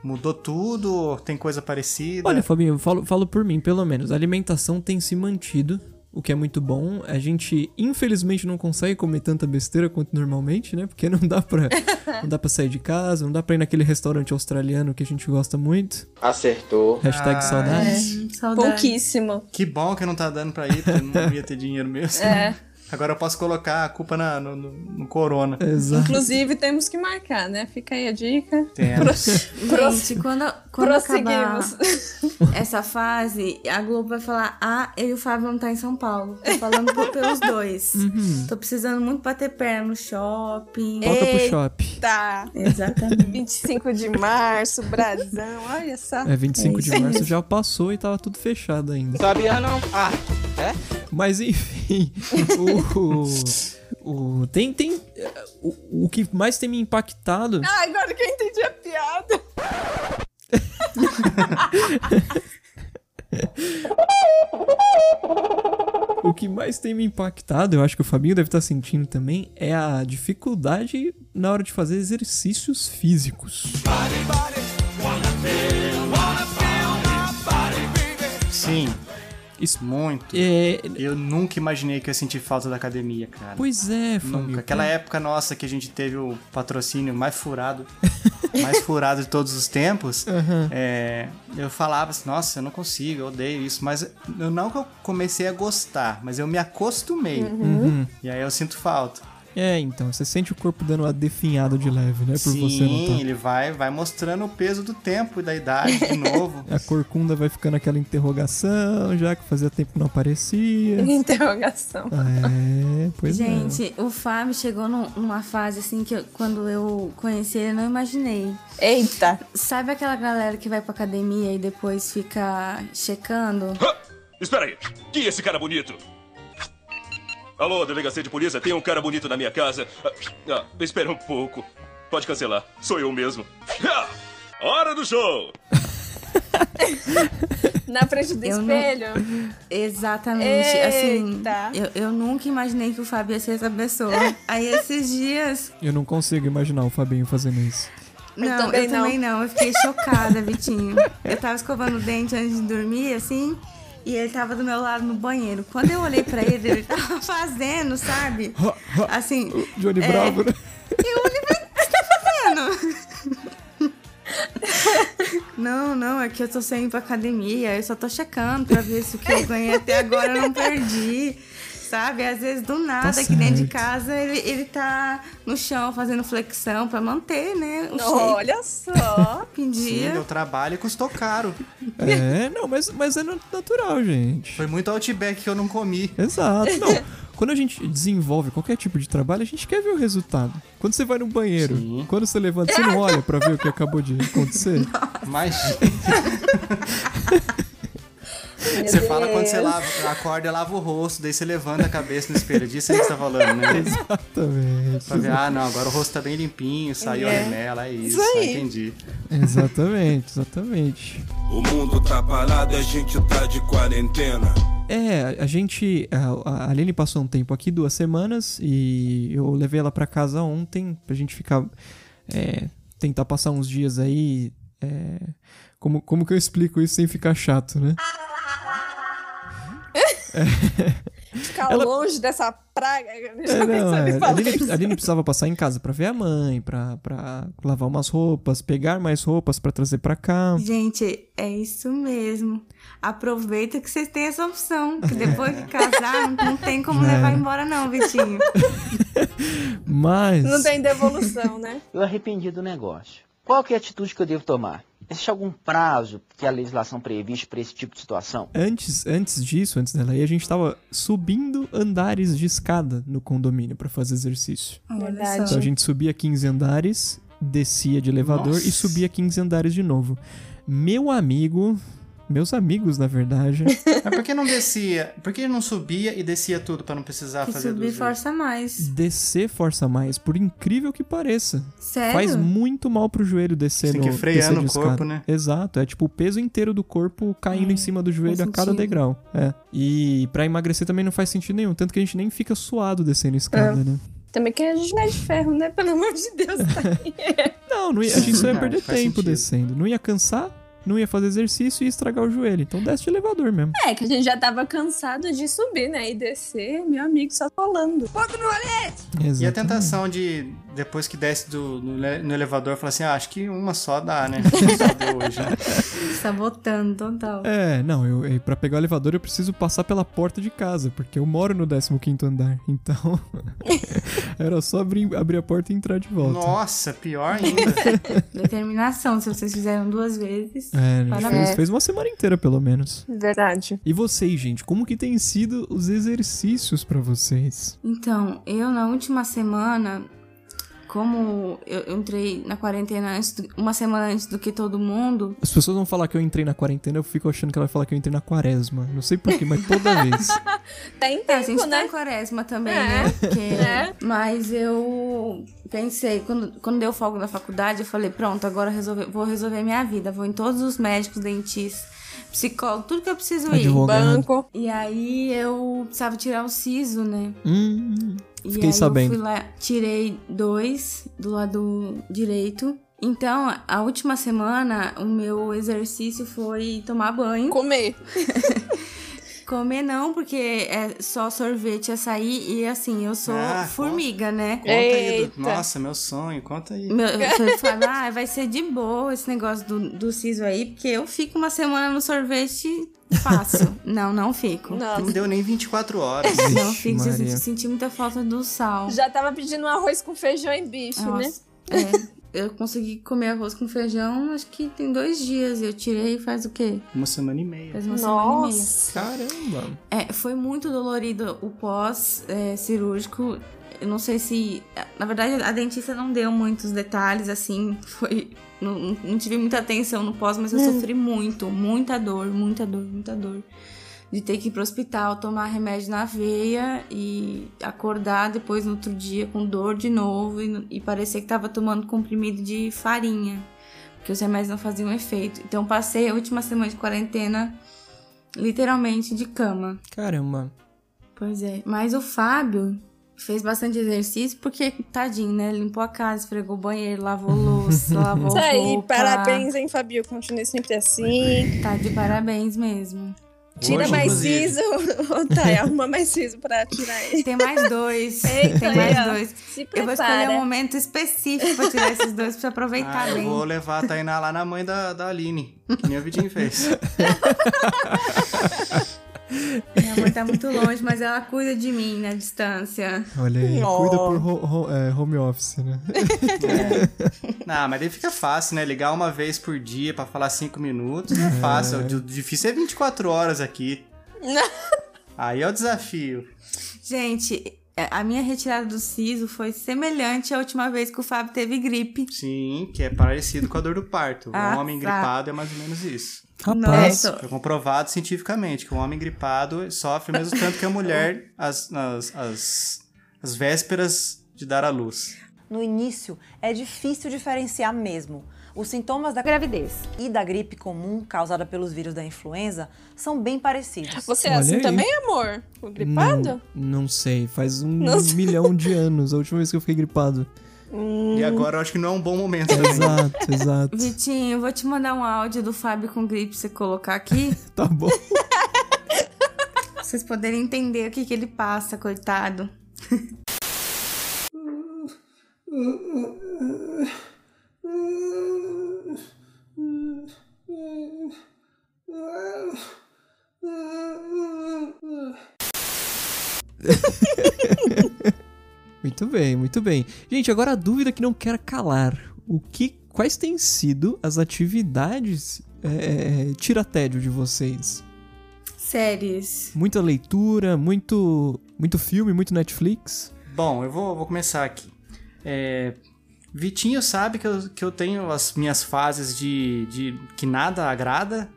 Speaker 1: Mudou tudo? Tem coisa parecida?
Speaker 2: Olha, Fabinho, eu falo, falo por mim, pelo menos. A alimentação tem se mantido, o que é muito bom. A gente, infelizmente, não consegue comer tanta besteira quanto normalmente, né? Porque não dá pra, não dá pra sair de casa, não dá pra ir naquele restaurante australiano que a gente gosta muito.
Speaker 11: Acertou.
Speaker 2: Hashtag
Speaker 1: Ah,
Speaker 2: saudades.
Speaker 6: Hum,
Speaker 3: saudade. Pouquíssimo.
Speaker 1: Que bom que não tá dando pra ir, porque eu não ia ter dinheiro mesmo.
Speaker 3: É.
Speaker 1: Agora eu posso colocar a culpa na- no, no- no corona.
Speaker 2: Exato.
Speaker 3: Inclusive, temos que marcar, né? Fica aí a dica.
Speaker 1: Temos.
Speaker 6: Gente, quando, quando acabar
Speaker 3: Prosseguimos.
Speaker 6: essa fase, a Globo vai falar: Ah, eu e o Fábio vamos estar em São Paulo. Tô falando por- pelos dois.
Speaker 2: Uhum. É.
Speaker 6: Tô precisando muito bater perna no shopping.
Speaker 2: Volta pro shopping.
Speaker 3: Tá.
Speaker 6: Exatamente.
Speaker 3: 25 de março, Brasão, olha só.
Speaker 2: É, 25 de
Speaker 3: isso
Speaker 2: março
Speaker 3: mesmo.
Speaker 2: já passou e tava tudo fechado ainda.
Speaker 11: Sabia não? Ah, é?
Speaker 2: Mas enfim, o, o- tem tem eh, o, o que mais tem me impactado.
Speaker 3: Ah, agora que eu entendi a piada.
Speaker 2: O que mais tem me impactado, eu acho que o Fabinho deve estar sentindo também, é a dificuldade na hora de fazer exercícios físicos.
Speaker 1: Sim.
Speaker 2: Isso.
Speaker 1: Muito.
Speaker 2: É,
Speaker 1: Eu nunca imaginei que eu senti falta da academia, cara.
Speaker 2: Pois é,
Speaker 1: Nunca.
Speaker 2: Fabinho.
Speaker 1: Aquela época nossa que a gente teve o patrocínio mais furado, mais furado de todos os tempos,
Speaker 2: Aham.
Speaker 1: é, eu falava assim, nossa, eu não consigo, eu odeio isso. Mas eu, não que eu comecei a gostar, mas eu me acostumei.
Speaker 2: Uhum.
Speaker 1: E aí eu sinto falta.
Speaker 2: É, então, você sente o corpo dando uma definhada de leve, né? Por
Speaker 1: Sim,
Speaker 2: você notar.
Speaker 1: ele vai, vai mostrando o peso do tempo e da idade de novo.
Speaker 2: A corcunda vai ficando aquela interrogação, já que fazia tempo que não aparecia.
Speaker 3: Interrogação.
Speaker 2: É, pois é.
Speaker 6: Gente, o Fábio chegou num- numa fase assim que eu- quando eu conheci ele, eu não imaginei.
Speaker 3: Eita!
Speaker 6: Sabe aquela galera que vai pra academia e depois fica checando?
Speaker 14: Espera aí, quem é esse cara bonito? Alô, delegacia de polícia, tem um cara bonito na minha casa. Ah, ah, espera um pouco. Pode cancelar, sou eu mesmo. Ah, hora do show!
Speaker 3: Na frente do
Speaker 6: Eu não-
Speaker 3: espelho.
Speaker 6: Exatamente.
Speaker 3: Eita.
Speaker 6: Assim, eu, eu nunca imaginei que o Fábio ia ser essa pessoa. Aí esses dias.
Speaker 2: Eu não consigo imaginar o Fabinho fazendo isso.
Speaker 6: Não, eu
Speaker 3: também
Speaker 6: também,
Speaker 3: não.
Speaker 6: não. Eu fiquei chocada, Vitinho. Eu tava escovando o dente antes de dormir, assim. E ele tava do meu lado no banheiro. Quando eu olhei pra ele, ele tava fazendo, sabe? Assim.
Speaker 2: Johnny Bravo, né?
Speaker 6: Mano. Não, não, é que eu tô sem ir pra academia, eu só tô checando pra ver se o que eu ganhei até agora eu não perdi. Sabe? Às vezes do nada, aqui dentro de
Speaker 2: certo.
Speaker 6: casa, ele, ele tá no chão fazendo flexão pra manter, né? O
Speaker 3: Olha só!
Speaker 6: Em
Speaker 1: Sim,
Speaker 6: dia.
Speaker 1: deu trabalho e custou caro.
Speaker 2: É, não, mas, mas é natural, gente.
Speaker 1: Foi muito outback que eu não comi.
Speaker 2: Exato. Não. Quando a gente desenvolve qualquer tipo de trabalho, a gente quer ver o resultado. Quando você vai no banheiro, quando você levanta, você não olha pra ver o que acabou de acontecer.
Speaker 1: Mas. Você fala quando você lava, acorda e lava o rosto, daí você levanta a cabeça no espelho. Disso aí que você tá falando, né?
Speaker 2: Exatamente.
Speaker 1: Pra ver, ah, não, agora o rosto tá bem limpinho, saiu
Speaker 10: É.
Speaker 1: a remela, é isso,
Speaker 10: Isso aí.
Speaker 1: ah, entendi.
Speaker 2: Exatamente, exatamente.
Speaker 10: O mundo tá parado, a gente tá de quarentena.
Speaker 2: É, a gente. A, a Aline passou um tempo aqui, duas semanas, e eu levei ela pra casa ontem pra gente ficar. é, tentar passar uns dias aí. é, como, como que eu explico isso sem ficar chato, né?
Speaker 3: Ah, Ficar longe dessa praga. Eu já
Speaker 2: É,
Speaker 3: nem
Speaker 2: não,
Speaker 3: sabia
Speaker 2: é, a,
Speaker 3: falar
Speaker 2: Aline,
Speaker 3: isso.
Speaker 2: a Aline precisava passar em casa pra ver a mãe, pra, pra lavar umas roupas, pegar mais roupas pra trazer pra cá.
Speaker 6: Gente, é isso mesmo. Aproveita que vocês têm essa opção. Que depois que casar, não tem como
Speaker 2: Já
Speaker 6: levar
Speaker 2: era.
Speaker 6: embora, não, Vitinho.
Speaker 2: Mas.
Speaker 3: tem devolução, né?
Speaker 11: Eu arrependi do negócio. Qual que é a atitude que eu devo tomar? Existe algum prazo que a legislação previste para esse tipo de situação?
Speaker 2: Antes, antes disso, antes dela ir, a gente tava subindo andares de escada no condomínio pra fazer exercício.
Speaker 6: Verdade.
Speaker 2: Então a gente subia 15 andares, descia de elevador
Speaker 6: Nossa.
Speaker 2: e subia 15 andares de novo. Meu amigo, meus amigos, na verdade.
Speaker 1: Mas por que É não descia? Por que não subia e descia tudo pra não precisar
Speaker 6: Que
Speaker 1: fazer
Speaker 6: subir
Speaker 1: duas vezes?
Speaker 6: força mais.
Speaker 2: Descer força mais, por incrível que pareça.
Speaker 6: Sério?
Speaker 2: Faz muito mal pro joelho descer
Speaker 1: Você
Speaker 2: no
Speaker 1: tem que frear
Speaker 2: descer
Speaker 1: no
Speaker 2: de
Speaker 1: corpo,
Speaker 2: escada.
Speaker 1: né?
Speaker 2: Exato, é tipo o peso inteiro do corpo caindo em cima do joelho a
Speaker 1: faz
Speaker 2: cada
Speaker 1: sentido.
Speaker 2: degrau. É. E pra emagrecer também não faz sentido nenhum, tanto que a gente nem fica suado descendo escada, né?
Speaker 3: Também que a gente não é de ferro, né? Pelo amor de Deus. tá.
Speaker 2: Então, Não, não ia, a gente só ia
Speaker 1: Verdade,
Speaker 2: perder
Speaker 1: faz
Speaker 2: tempo
Speaker 1: sentido.
Speaker 2: descendo. Não ia cansar, não ia fazer exercício e ia estragar o joelho. Então desce de elevador mesmo.
Speaker 3: É, que a gente já tava cansado de subir, né? E descer, meu amigo só falando. Ponto no rolete!
Speaker 1: E a tentação de, depois que desce do, no, le- no elevador, falar assim, ah, acho que uma só dá, né? Uma só deu hoje, né?
Speaker 6: Sabotando total.
Speaker 2: É, não, eu, eu- pra pegar o elevador eu preciso passar pela porta de casa, porque eu moro no 15 andar. Então, era só abrir, abrir a porta e entrar de volta.
Speaker 1: Nossa, pior ainda.
Speaker 6: Determinação, se vocês fizeram duas vezes.
Speaker 2: É, né,
Speaker 6: parabéns.
Speaker 2: fez, fez uma semana inteira, pelo menos.
Speaker 3: Verdade.
Speaker 2: E vocês, gente, como que têm sido os exercícios pra vocês?
Speaker 6: Então, eu na última semana, como eu eu entrei na quarentena antes do- uma semana antes do que todo mundo,
Speaker 2: As pessoas vão falar que eu entrei na quarentena, eu fico achando que ela vai falar que eu entrei na quaresma. Não sei porquê, mas toda vez.
Speaker 3: Tem tempo,
Speaker 6: a gente tá em quaresma também, né? Porque- Mas eu pensei, quando, quando deu folga na faculdade, eu falei, pronto, agora eu resolver, vou resolver minha vida. Vou em todos os médicos, dentistas, psicólogo, tudo que eu preciso
Speaker 2: Advogado.
Speaker 6: ir. E aí eu precisava tirar o siso, né?
Speaker 2: Hum,
Speaker 6: E
Speaker 2: fiquei
Speaker 6: aí
Speaker 2: sabendo.
Speaker 6: Eu fui lá, tirei dois do lado direito. Então, a última semana, o meu exercício foi tomar banho.
Speaker 3: Comer.
Speaker 6: Comer não, porque é só sorvete, açaí e assim, eu sou
Speaker 3: tá.
Speaker 1: Ah,
Speaker 6: formiga, né?
Speaker 1: Conta aí, do... nossa, meu sonho, conta aí.
Speaker 6: Meu, eu sou de falar, ah, vai ser de boa esse negócio do, do siso aí, porque eu fico uma semana no sorvete Faço. não, não fico.
Speaker 1: Não deu nem 24 horas.
Speaker 6: Não fico, já senti, senti muita falta do sal.
Speaker 3: Já tava pedindo um arroz com feijão e bicho, né?
Speaker 6: É. Eu consegui comer arroz com feijão, acho que tem dois dias. E eu tirei faz o quê?
Speaker 1: Uma semana e meia.
Speaker 6: Faz uma
Speaker 3: Nossa.
Speaker 6: semana
Speaker 1: e meia. Caramba!
Speaker 6: É, foi muito dolorido o pós-cirúrgico. eu não sei se. Na verdade, a dentista não deu muitos detalhes, assim. Foi. Não, não tive muita atenção no pós, mas eu
Speaker 3: Hum.
Speaker 6: sofri muito. Muita dor, muita dor, muita dor. De ter que ir pro hospital, tomar remédio na veia e acordar depois no outro dia com dor de novo e, e parecer que tava tomando comprimido de farinha, porque os remédios não faziam efeito. Então passei a última semana de quarentena literalmente de cama.
Speaker 2: Caramba.
Speaker 6: Pois é. Mas o Fábio fez bastante exercício porque, tadinho, né? Limpou a casa, esfregou o banheiro, lavou louça, lavou
Speaker 3: Isso aí,
Speaker 6: roupa.
Speaker 3: parabéns, hein, Fabio? Continue sempre assim.
Speaker 6: Tá de parabéns mesmo.
Speaker 3: Tira
Speaker 6: Hoje,
Speaker 3: mais
Speaker 6: inclusive.
Speaker 3: siso. Ô, Thay, arruma mais siso pra tirar ele.
Speaker 6: Tem mais dois.
Speaker 3: Eita,
Speaker 6: Tem mais
Speaker 3: aí, ó.
Speaker 6: dois.
Speaker 3: Se
Speaker 6: Eu vou
Speaker 3: prepara.
Speaker 6: escolher um momento específico pra tirar esses dois pra aproveitar
Speaker 1: Ah, eu
Speaker 6: bem.
Speaker 1: vou levar a Tainá lá na mãe da, da Aline, que nem o Vitinho fez.
Speaker 6: Minha mãe tá muito longe, mas ela cuida de mim na distância.
Speaker 2: Olha aí,
Speaker 6: Oh.
Speaker 2: cuida por ho- ho- é, home office, né?
Speaker 1: Não, mas daí fica fácil, né? Ligar uma vez por dia pra falar cinco minutos é fácil. O di- difícil é 24 horas aqui. Aí é o desafio.
Speaker 6: Gente, a minha retirada do siso foi semelhante à última vez que o Fábio teve gripe.
Speaker 1: Sim, que é parecido com a dor do parto.
Speaker 6: Ah,
Speaker 1: um homem
Speaker 6: tá.
Speaker 1: gripado é mais ou menos isso.
Speaker 6: Rapaz. Nossa.
Speaker 1: Foi comprovado cientificamente que um homem gripado sofre o mesmo tanto que a mulher as, nas- as, as vésperas de dar à luz.
Speaker 17: No início, é difícil diferenciar mesmo. Os sintomas da gravidez e da gripe comum causada pelos vírus da influenza são bem parecidos.
Speaker 3: Você
Speaker 2: é Olha assim aí. também,
Speaker 3: amor?
Speaker 2: Não, não sei, faz um
Speaker 3: Não sei.
Speaker 2: milhão de anos, a última vez que eu fiquei gripado.
Speaker 1: E agora eu acho que não é um bom momento também.
Speaker 2: Exato, exato.
Speaker 6: Vitinho, eu vou te mandar um áudio do Fábio com gripe pra você colocar aqui.
Speaker 2: tá bom.
Speaker 6: pra vocês poderem entender o que, que ele passa, coitado.
Speaker 2: Muito bem, muito bem. Gente, agora a dúvida que não quer calar. O que, quais têm sido as atividades é, é, tira-tédio de vocês?
Speaker 6: Séries.
Speaker 2: Muita leitura, muito, muito filme, muito Netflix?
Speaker 1: Bom, eu vou, vou começar aqui. É, Vitinho sabe que eu, que eu tenho as minhas fases de, de que nada agrada.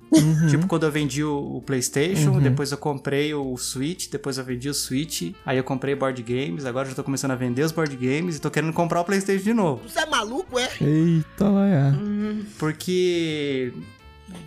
Speaker 1: Tipo, quando eu vendi o, o PlayStation,
Speaker 2: Uhum.
Speaker 1: depois eu comprei o Switch, depois eu vendi o Switch, aí eu comprei board games, agora eu já tô começando a vender os board games e tô querendo comprar o PlayStation de novo.
Speaker 8: Você é maluco, é?
Speaker 2: Eita, lá.
Speaker 1: Porque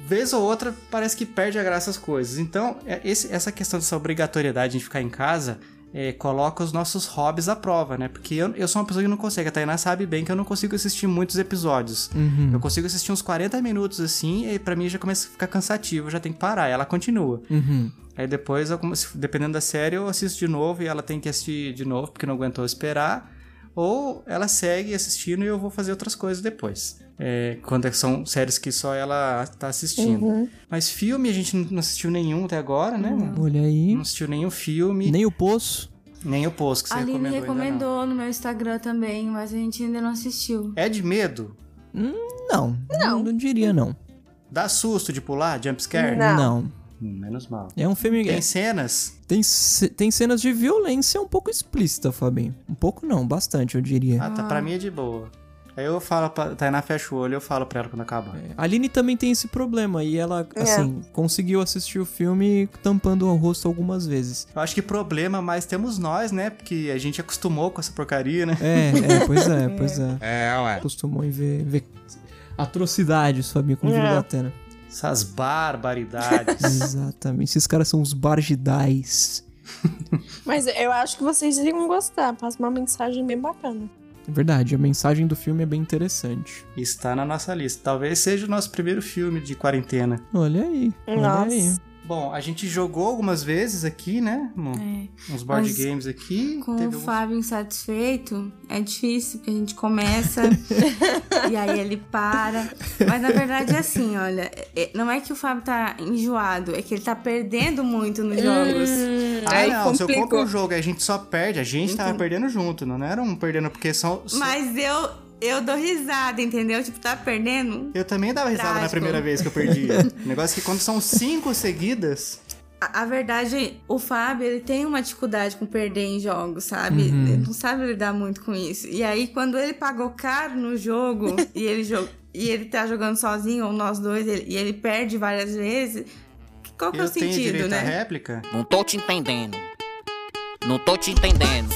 Speaker 1: vez ou outra parece que perde a graça as coisas. Então, é- esse- essa questão dessa obrigatoriedade de ficar em casa é, coloca os nossos hobbies à prova, né? Porque eu, eu sou uma pessoa que não consegue. A Tainá sabe bem que eu não consigo assistir muitos episódios.
Speaker 2: Uhum.
Speaker 1: Eu consigo assistir uns 40 minutos assim, e pra mim já começa a ficar cansativo, eu já tem que parar. Ela continua.
Speaker 2: Uhum.
Speaker 1: Aí depois, eu come- se- dependendo da série, eu assisto de novo e ela tem que assistir de novo porque não aguentou esperar. Ou ela segue assistindo e eu vou fazer outras coisas depois. É, quando são séries que só ela tá assistindo.
Speaker 2: Uhum.
Speaker 1: Mas filme a gente não não assistiu nenhum até agora, né? Não,
Speaker 2: Olha aí.
Speaker 1: não assistiu nenhum filme.
Speaker 2: Uhum. Nem o Poço.
Speaker 1: Nem o Poço, que você
Speaker 6: A Aline
Speaker 1: recomendou ainda não.
Speaker 6: recomendou no meu Instagram também, mas a gente ainda não assistiu.
Speaker 1: É de medo?
Speaker 2: Não, não, não diria não.
Speaker 1: Dá susto de pular? Jumpscare?
Speaker 2: Não.
Speaker 1: Menos mal.
Speaker 2: É um filme...
Speaker 1: Tem
Speaker 2: é-
Speaker 1: cenas?
Speaker 2: Tem, ce- tem cenas de violência um pouco explícita, Fabinho. Um pouco não, bastante, eu diria.
Speaker 1: Ah, tá. Pra mim é de boa. Aí eu falo pra Tainá, fecha o olho, eu falo pra ela quando acabar.
Speaker 2: A Aline também tem esse problema e ela,
Speaker 1: É.
Speaker 2: assim, conseguiu assistir o filme tampando o rosto algumas vezes.
Speaker 1: Eu acho que problema mais temos nós, né? Porque a gente acostumou com essa porcaria, né?
Speaker 2: É, é, pois é, pois é. É, ué. Acostumou em ver, ver atrocidades, Fabinho, como
Speaker 1: É.
Speaker 2: é. da Atena.
Speaker 1: Essas barbaridades.
Speaker 2: Exatamente. Esses caras são os bargidais.
Speaker 3: Mas eu acho que vocês iriam gostar. Passa uma mensagem bem bacana.
Speaker 2: É verdade, a mensagem do filme é bem interessante.
Speaker 1: Está na nossa lista. Talvez seja o nosso primeiro filme de quarentena.
Speaker 2: Olha aí, olha
Speaker 3: Nossa.
Speaker 2: aí.
Speaker 1: Bom, a gente jogou algumas vezes aqui, né? Um- Uns board
Speaker 6: Mas
Speaker 1: games aqui.
Speaker 6: É. Com
Speaker 1: teve
Speaker 6: o
Speaker 1: alguns-
Speaker 6: Fábio insatisfeito, é difícil, porque a gente começa e aí ele para. Mas na verdade é assim, olha, é- não é que o Fábio tá enjoado, é que ele tá perdendo muito nos jogos.
Speaker 1: Ah, não, se eu compro um jogo e a gente só perde, a gente tava
Speaker 6: Entendi.
Speaker 1: perdendo junto, não era um perdendo porque só. só-
Speaker 6: Então. Mas eu, eu dou risada, entendeu? Tipo, tá perdendo.
Speaker 1: Eu também dava risada na
Speaker 6: Trágico.
Speaker 1: primeira vez que eu perdi. o negócio é que quando são cinco seguidas.
Speaker 6: A, a verdade, o Fábio, ele tem uma dificuldade com perder em jogos, sabe?
Speaker 1: Uhum.
Speaker 6: Ele não sabe lidar muito com isso. E aí, quando ele pagou caro no jogo, e ele jo- e ele tá jogando sozinho, ou nós dois, ele- e ele perde várias vezes, qual que é o
Speaker 1: eu tenho
Speaker 6: sentido,
Speaker 1: direito à
Speaker 6: né?
Speaker 1: réplica?
Speaker 18: Não tô te entendendo. Não tô te entendendo.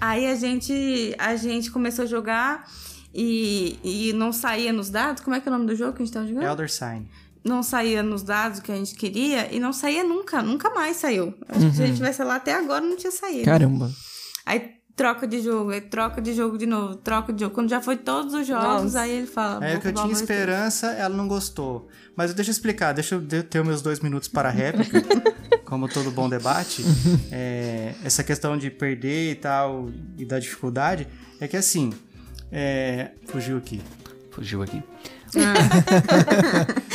Speaker 6: Aí a gente, a gente começou a jogar e, e não saía nos dados. Como é que é o nome do jogo que a gente tava jogando?
Speaker 1: Elder Sign.
Speaker 6: não saía nos dados que a gente queria e não saía nunca, nunca mais saiu. Acho que se a
Speaker 2: Uhum.
Speaker 6: gente tivesse lá até agora, não tinha saído.
Speaker 2: Caramba.
Speaker 6: Aí troca de jogo, aí troca de jogo de novo, troca de jogo. Quando já foi todos os jogos,
Speaker 1: Nossa.
Speaker 6: aí ele fala.
Speaker 1: É
Speaker 6: Tá "Vou
Speaker 1: que eu
Speaker 6: roubar
Speaker 1: tinha
Speaker 6: mais tempo."
Speaker 1: esperança, ela não gostou. Mas deixa eu explicar, deixa eu de- ter meus dois minutos para a réplica. como todo bom debate, é, essa questão de perder e tal, e da dificuldade, é que assim. é, fugiu aqui. Fugiu aqui.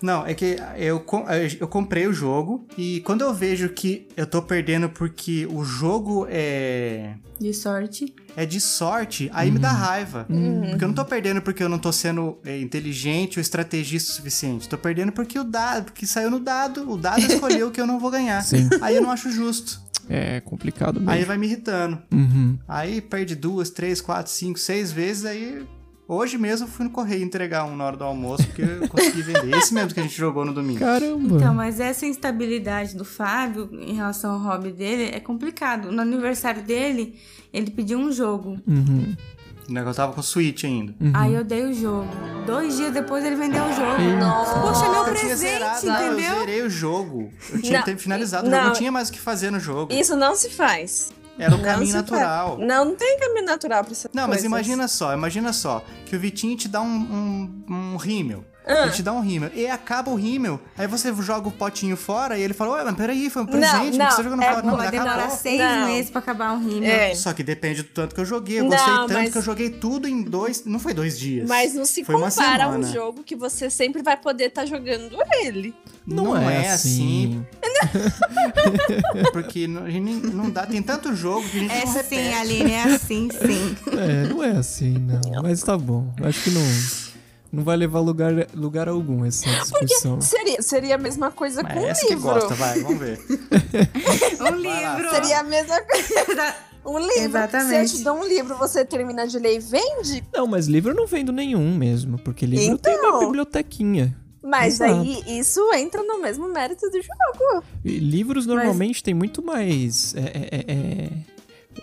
Speaker 1: Não, é que eu, com- eu comprei o jogo e quando eu vejo que eu tô perdendo porque o jogo é
Speaker 6: De sorte.
Speaker 1: é de sorte, aí me dá raiva.
Speaker 2: Hum.
Speaker 1: Porque eu não tô perdendo porque eu não tô sendo é, inteligente ou estrategista o suficiente. Tô perdendo porque o dado, porque saiu no dado, o dado escolheu que eu não vou ganhar.
Speaker 2: Sim.
Speaker 1: Aí eu não acho justo.
Speaker 2: É complicado mesmo.
Speaker 1: Aí vai me irritando.
Speaker 2: Uhum.
Speaker 1: Aí perde duas, três, quatro, cinco, seis vezes, aí. Hoje mesmo eu fui no correio entregar um na hora do almoço, porque eu consegui vender. Esse mesmo que a gente jogou no domingo.
Speaker 2: Caramba!
Speaker 6: Então, mas essa instabilidade do Fábio em relação ao hobby dele é complicado. No aniversário dele, ele pediu um jogo.
Speaker 2: Uhum.
Speaker 1: é Eu tava com Switch ainda.
Speaker 6: Aí eu dei o jogo. Dois dias depois ele vendeu o jogo.
Speaker 1: Eita.
Speaker 3: é
Speaker 6: Poxa, meu
Speaker 1: Ah, Eu tinha
Speaker 6: presente,
Speaker 1: zerado, não,
Speaker 6: entendeu?
Speaker 1: Eu zerei o jogo. Eu tinha
Speaker 3: Não,
Speaker 1: tempo finalizado, o jogo,
Speaker 3: não.
Speaker 1: não tinha mais o que fazer no jogo.
Speaker 3: Isso não se faz.
Speaker 1: Era um
Speaker 3: Não
Speaker 1: caminho
Speaker 3: se
Speaker 1: natural.
Speaker 3: faz. Não, não tem caminho natural pra essa
Speaker 1: Não, mas imagina só, imagina só, que o Vitinho te dá um, um, um rímel.
Speaker 3: Ah.
Speaker 1: Ele te dá um rímel. E acaba o rímel. Aí você joga o potinho fora e ele fala, ué, mas peraí, foi um
Speaker 6: Não,
Speaker 1: presente, não,
Speaker 6: não,
Speaker 1: precisa jogar no
Speaker 6: é,
Speaker 1: fora, não,
Speaker 6: vai
Speaker 1: já
Speaker 6: demorar
Speaker 1: acabou."
Speaker 6: seis meses pra acabar um rímel.
Speaker 1: Só que depende do tanto que eu joguei. Eu gostei
Speaker 3: Não,
Speaker 1: tanto
Speaker 3: mas-
Speaker 1: que eu joguei tudo em dois. Não foi dois dias.
Speaker 3: Mas não se
Speaker 1: foi uma
Speaker 3: compara a um
Speaker 1: semana.
Speaker 3: jogo que você sempre vai poder estar jogando ele.
Speaker 1: Não, é, assim. Porque não, a gente nem- não dá. Tem tanto jogo que a gente
Speaker 6: É
Speaker 1: não
Speaker 6: sim,
Speaker 1: repete.
Speaker 6: Aline, é assim, sim.
Speaker 2: É, não é assim, não. Mas tá bom. Acho que não, não vai levar lugar, lugar algum essa discussão.
Speaker 3: Seria, seria a mesma coisa
Speaker 1: é
Speaker 3: com um
Speaker 2: essa
Speaker 3: livro.
Speaker 2: que gosta, vai,
Speaker 1: vamos ver.
Speaker 6: um livro.
Speaker 3: Seria a mesma coisa. Um livro.
Speaker 2: Exatamente.
Speaker 3: Se eu te dou um livro, você termina de ler e vende?
Speaker 2: Não, mas livro eu não vendo nenhum mesmo, porque livro tem
Speaker 3: Então.
Speaker 2: minha bibliotequinha.
Speaker 3: Mas
Speaker 2: Exato.
Speaker 3: aí isso entra no mesmo mérito do jogo.
Speaker 2: E livros normalmente tem muito mais. É, é, é,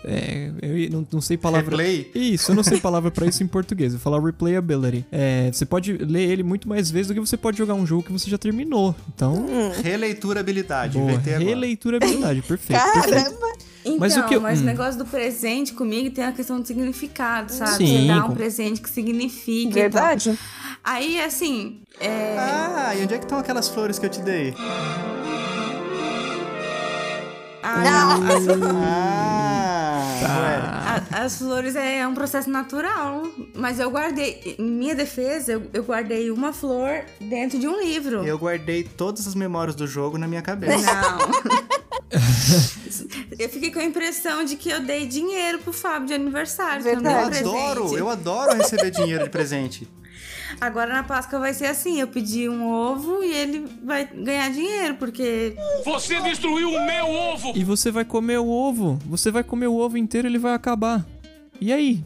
Speaker 2: é, eu ia- não, não sei palavra.
Speaker 1: Replay?
Speaker 2: Isso, eu não sei palavra pra isso em português. Eu vou falar replayability. É, você pode ler ele muito mais vezes do que você pode jogar um jogo que você já terminou. Então.
Speaker 6: Hum,
Speaker 1: Releiturabilidade.
Speaker 2: Boa,
Speaker 1: inventei agora.
Speaker 2: releiturabilidade, perfeito. perfeito.
Speaker 6: Então,
Speaker 2: Mas
Speaker 6: mas,
Speaker 2: o que eu-
Speaker 6: o,
Speaker 2: hum.
Speaker 6: negócio do presente comigo tem a questão do significado, sabe?
Speaker 2: Sim,
Speaker 6: Você dá um
Speaker 2: com-
Speaker 6: presente que significa.
Speaker 1: Verdade.
Speaker 6: E tal. Aí, assim. É...
Speaker 1: Ah, e onde é que estão aquelas flores que eu te dei? Ah, ué.
Speaker 6: A- as flores é um processo natural, mas eu guardei. Em minha defesa, eu, eu guardei uma flor dentro de um livro.
Speaker 1: Eu guardei todas as memórias do jogo na minha cabeça.
Speaker 6: Eu fiquei com a impressão de que eu dei dinheiro pro Fábio de aniversário. que eu não
Speaker 1: Eu
Speaker 6: dei
Speaker 1: adoro,
Speaker 6: presente.
Speaker 1: eu adoro receber dinheiro de presente.
Speaker 6: Agora na Páscoa vai ser assim: eu pedi um ovo e ele vai ganhar dinheiro, porque.
Speaker 13: Você destruiu o meu ovo!
Speaker 2: E você vai comer o ovo. Você vai comer o ovo inteiro ele vai acabar. E aí?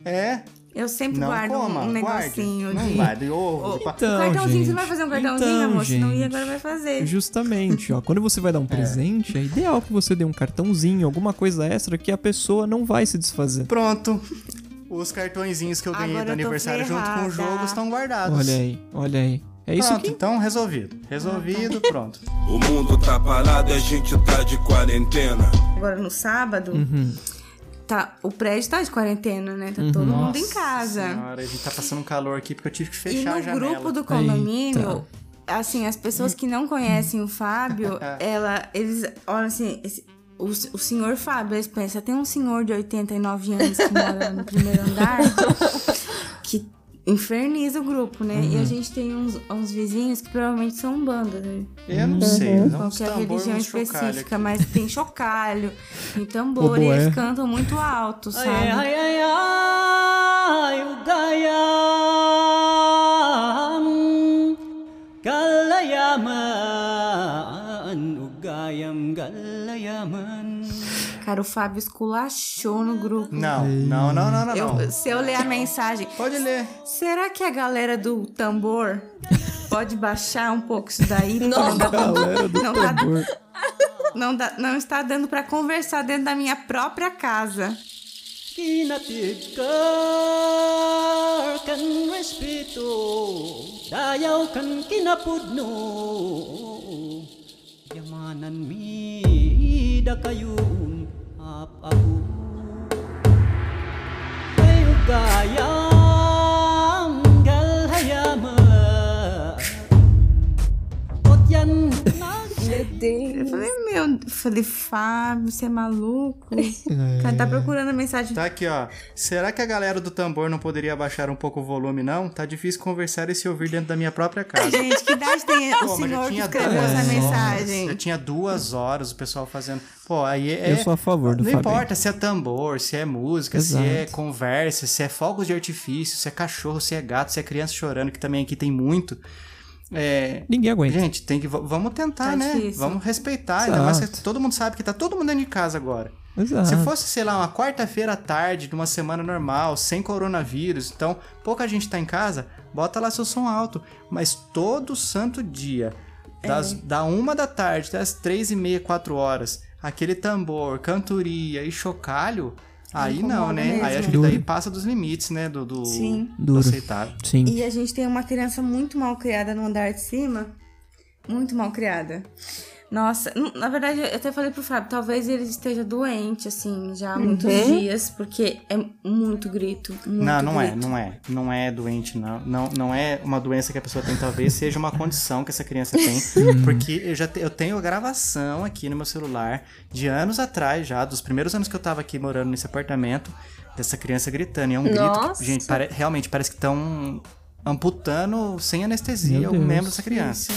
Speaker 6: Um
Speaker 1: É?
Speaker 6: Eu sempre
Speaker 2: Não
Speaker 6: guardo um-
Speaker 2: coma,
Speaker 6: um
Speaker 2: guarde.
Speaker 6: negocinho
Speaker 2: Não
Speaker 6: de.
Speaker 2: guarde
Speaker 1: ovo.
Speaker 2: Então,
Speaker 6: o cartãozinho, você
Speaker 2: gente.
Speaker 6: não vai fazer um cartãozinho,
Speaker 2: Então,
Speaker 6: amor? Senão
Speaker 2: gente.
Speaker 6: ia agora vai fazer.
Speaker 2: Justamente, ó. Quando você vai dar um presente, é ideal que você dê um cartãozinho, alguma coisa extra que a pessoa não vai se desfazer.
Speaker 1: Pronto. Os cartõezinhos que eu ganhei
Speaker 2: Agora
Speaker 1: do
Speaker 2: eu tô
Speaker 1: aniversário junto com
Speaker 2: ferrada.
Speaker 1: o jogo estão guardados.
Speaker 2: Olha aí, olha aí. É isso
Speaker 1: pronto,
Speaker 2: aqui.
Speaker 1: então resolvido.
Speaker 6: Ah, tá.
Speaker 1: Resolvido, pronto.
Speaker 15: O mundo tá parado, a gente tá de quarentena.
Speaker 2: Hum. uhum.
Speaker 6: Agora no sábado, tá, o prédio tá de quarentena, né? Tá todo mundo em casa.
Speaker 1: Senhora, a gente tá passando um calor aqui porque eu tive que
Speaker 6: E
Speaker 1: fechar a
Speaker 6: no
Speaker 1: janela.
Speaker 6: grupo do condomínio, assim, as pessoas que não conhecem o Fábio, ela, eles olham assim, esse- o, o senhor Fábio, eles pensam, tem um senhor de 89 anos que mora no primeiro andar, que inferniza o grupo, né? E a
Speaker 1: Uhum.
Speaker 6: gente tem uns, uns vizinhos que provavelmente são bandas, né?
Speaker 1: Eu não sei, eles dão uns
Speaker 6: Qualquer
Speaker 1: tambor,
Speaker 6: é religião
Speaker 1: uns chocalho
Speaker 6: específica, mas tem chocalho, tem tambor, e
Speaker 1: Oboé.
Speaker 6: eles cantam muito alto, sabe?
Speaker 13: Ai, ai, ai, o Gayam Galayaman, o Gayam Galayaman.
Speaker 6: Cara, o Fábio esculachou no grupo.
Speaker 1: Não, não, não, não, não,
Speaker 6: Eu-
Speaker 1: não.
Speaker 6: se eu ler a mensagem.
Speaker 1: Pode ler.
Speaker 6: Será que a galera do tambor pode baixar um pouco isso daí? Não, dá- não dá- não dá- não está dando pra conversar dentro da minha própria casa.
Speaker 13: Que na tigar kan respeito, dayaw kan kinapudno. Yamanan mi da kayun ap ako. Kayo gayam galhayaman. Ot yan
Speaker 6: Meu Deus. Eu falei, meu, eu falei, Fábio, você é maluco?
Speaker 1: É.
Speaker 6: Cara, tá procurando a mensagem.
Speaker 1: Tá aqui, ó. Será que a galera do tambor não poderia abaixar um pouco o volume, não? Tá difícil conversar e se ouvir dentro da minha própria casa.
Speaker 6: Gente, que idade tem o
Speaker 1: Pô, mas
Speaker 6: senhor
Speaker 1: já
Speaker 6: que
Speaker 1: tinha
Speaker 6: escreveu
Speaker 1: duas
Speaker 6: essa
Speaker 1: horas.
Speaker 6: mensagem?
Speaker 1: Já tinha duas horas o pessoal fazendo. Pô, aí é.
Speaker 2: Eu sou a favor do
Speaker 1: Não
Speaker 2: Fabinho.
Speaker 1: importa se é tambor, se é música,
Speaker 2: Exato.
Speaker 1: se é conversa, se é fogos de artifício, se é cachorro, se é gato, se é criança chorando, que também aqui tem muito. É,
Speaker 2: Ninguém aguenta.
Speaker 1: Gente, tem que. v- Vamos tentar,
Speaker 2: Tá
Speaker 1: né?
Speaker 2: difícil.
Speaker 1: Vamos respeitar. Ainda mais que
Speaker 2: Exato.
Speaker 1: todo mundo sabe que tá todo mundo dentro de casa agora.
Speaker 2: Exato.
Speaker 1: Se fosse, sei lá, uma quarta-feira à tarde, numa semana normal, sem coronavírus, então pouca gente tá em casa, bota lá seu som alto. Mas todo santo dia,
Speaker 6: É.
Speaker 1: das, da uma da tarde até as três e meia, quatro horas, aquele tambor, cantoria e chocalho, aí não,
Speaker 6: incomoda
Speaker 1: né? Aí
Speaker 6: mesmo.
Speaker 1: acho que daí
Speaker 2: Duro.
Speaker 1: passa dos limites, né? Do, do,
Speaker 6: Sim.
Speaker 1: do aceitável.
Speaker 2: Sim.
Speaker 6: E a gente tem uma criança muito mal criada no andar de cima. Muito mal criada. Nossa, n- na verdade, eu até falei pro Fábio, talvez ele esteja doente, assim, já há muitos
Speaker 1: Uhum.
Speaker 6: dias, porque é muito grito. Muito
Speaker 1: Não, não é,
Speaker 6: grito.
Speaker 1: não é. Não é doente, não. não. Não é uma doença que a pessoa tem, talvez seja uma condição que essa criança tem.
Speaker 2: Hum.
Speaker 1: porque eu já te- eu tenho a gravação aqui no meu celular de anos atrás, já, dos primeiros anos que eu tava aqui morando nesse apartamento, dessa criança gritando. E é um grito
Speaker 13: Nossa.
Speaker 1: que, gente, pare- realmente parece que estão amputando sem anestesia
Speaker 2: Meu
Speaker 1: algum
Speaker 2: Deus.
Speaker 1: membro dessa criança.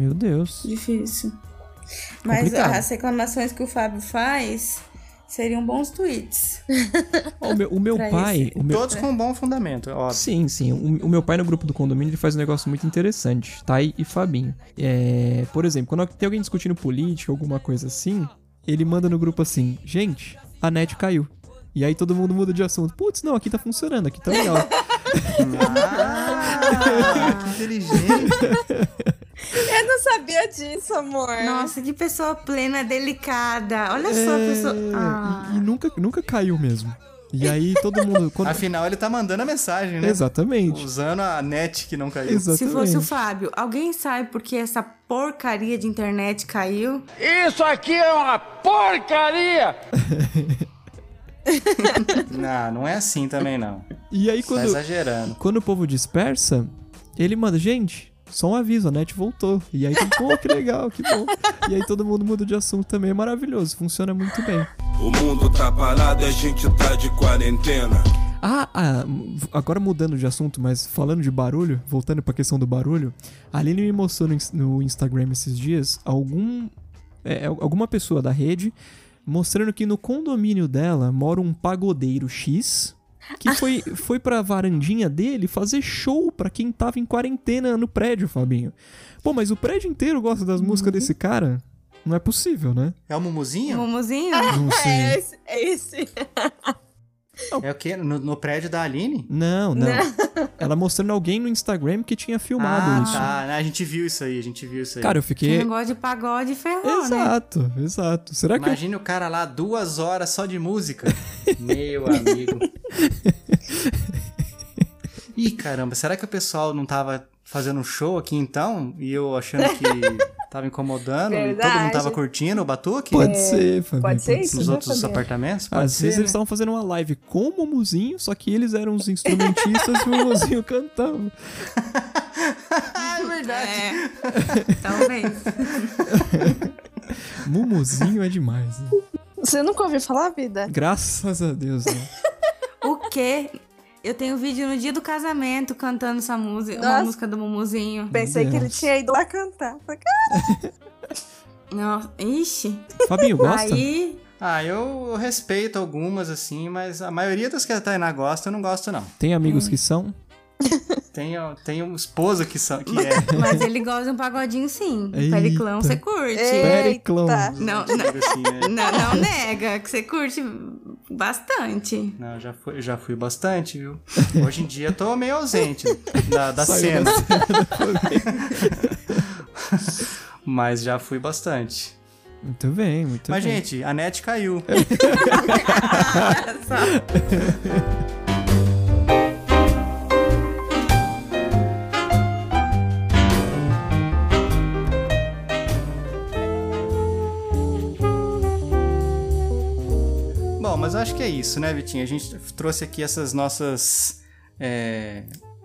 Speaker 2: Meu
Speaker 1: é.
Speaker 2: Deus.
Speaker 6: Difícil. Mas
Speaker 2: Complicado.
Speaker 6: as reclamações que o Fábio faz seriam bons tweets.
Speaker 2: o meu, o meu
Speaker 6: Pra
Speaker 2: pai.
Speaker 6: esse-
Speaker 2: O meu...
Speaker 6: Todos com
Speaker 1: um bom fundamento, óbvio.
Speaker 2: Sim, sim. O, o meu pai no grupo do condomínio ele faz um negócio muito interessante, Thay e Fabinho. É, por exemplo, quando tem alguém discutindo política, alguma coisa assim, ele manda no grupo assim: gente, a net caiu. E aí todo mundo muda de assunto. Putz, não, aqui tá funcionando, aqui
Speaker 1: É,
Speaker 2: tá legal.
Speaker 1: Ah,
Speaker 3: Eu não sabia disso, amor.
Speaker 6: Nossa, que pessoa plena, delicada. Olha só a
Speaker 2: É,
Speaker 6: pessoa. Ah.
Speaker 2: E, e nunca, nunca caiu mesmo. E aí todo mundo. quando-
Speaker 1: Afinal, ele tá mandando a mensagem, né?
Speaker 2: Exatamente.
Speaker 1: Usando a net que não caiu.
Speaker 6: Se fosse o Fábio, alguém sabe por que essa porcaria de internet caiu?
Speaker 13: Isso aqui é uma porcaria!
Speaker 1: Não, não é assim também, não.
Speaker 2: E aí
Speaker 1: Tá
Speaker 2: quando,
Speaker 1: exagerando.
Speaker 2: quando o povo dispersa, ele manda, gente, só um aviso, a net voltou. E aí, todo- pô, que legal, que bom. E aí todo mundo muda de assunto também, é maravilhoso, funciona muito bem.
Speaker 15: O mundo tá parado, a gente tá de quarentena.
Speaker 2: Ah, ah, m- agora mudando de assunto, mas falando de barulho, voltando pra questão do barulho, a Aline me mostrou no, ins- no Instagram esses dias algum, é, al- alguma pessoa da rede mostrando que no condomínio dela mora um pagodeiro X que foi, foi pra varandinha dele fazer show pra quem tava em quarentena no prédio, Fabinho. Pô, mas o prédio inteiro gosta das músicas
Speaker 1: Uhum.
Speaker 2: desse cara? Não é possível, né?
Speaker 1: É o Mumuzinho?
Speaker 6: Mumuzinho?
Speaker 2: Não sei.
Speaker 3: É esse.
Speaker 1: É o quê? No, no prédio da Aline?
Speaker 2: Não, não. Ela mostrando alguém no Instagram que tinha filmado
Speaker 1: ah,
Speaker 2: isso.
Speaker 1: tá. Né, A gente viu isso aí, a gente viu isso aí.
Speaker 2: Cara, eu fiquei-
Speaker 6: Quem não gosta de pagode ferrou, né?
Speaker 2: Exato, exato. Será que eu-
Speaker 1: Imagina o cara lá duas horas só de música. Meu amigo. Ih, caramba, será que o pessoal não tava fazendo um show aqui então? E eu achando que tava incomodando e todo mundo
Speaker 3: Verdade.
Speaker 1: tava curtindo o batuque?
Speaker 2: Pode É, ser, Fabi,
Speaker 3: pode ser pode isso,
Speaker 1: Nos
Speaker 3: né,
Speaker 1: outros
Speaker 3: Fabi?
Speaker 1: apartamentos? Pode
Speaker 2: Às
Speaker 1: ser,
Speaker 2: vezes
Speaker 1: né?
Speaker 2: eles estavam fazendo uma live com o Momuzinho, só que eles eram os instrumentistas e o Momuzinho cantava.
Speaker 6: Ah, é verdade. Talvez.
Speaker 2: Mumuzinho é demais, né?
Speaker 3: Você nunca ouviu falar, vida?
Speaker 2: Graças a Deus, né?
Speaker 6: O quê? Eu tenho um vídeo no dia do casamento cantando essa música, uma
Speaker 3: Nossa.
Speaker 6: música do Mumuzinho.
Speaker 3: Pensei que ele
Speaker 2: Deus.
Speaker 3: tinha ido lá cantar. Falei,
Speaker 6: Nossa, ixi.
Speaker 2: Fabinho, gosta?
Speaker 6: Aí,
Speaker 1: Ah, eu, eu respeito algumas, assim, mas a maioria das que a Tainá gosta, eu não gosto, não.
Speaker 2: Tem amigos que são?
Speaker 1: Tenho, tenho esposa um que, são, que é.
Speaker 6: mas ele gosta de um pagodinho sim.
Speaker 1: Eita.
Speaker 6: Periclão, você curte.
Speaker 3: É.
Speaker 2: Periclão.
Speaker 6: Não,
Speaker 1: Digo assim, né?
Speaker 6: Não, não nega, que você curte bastante.
Speaker 1: Não, eu já fui, eu já fui bastante, viu? Hoje em dia eu tô meio ausente da, da
Speaker 2: Saiu
Speaker 1: cena,
Speaker 2: da
Speaker 1: mas já fui bastante.
Speaker 2: Muito bem, muito
Speaker 1: mas,
Speaker 2: bem. É.
Speaker 1: gente, a net caiu. Bom, mas eu acho que é isso, né, Vitinho? A gente trouxe aqui essas nossas. é,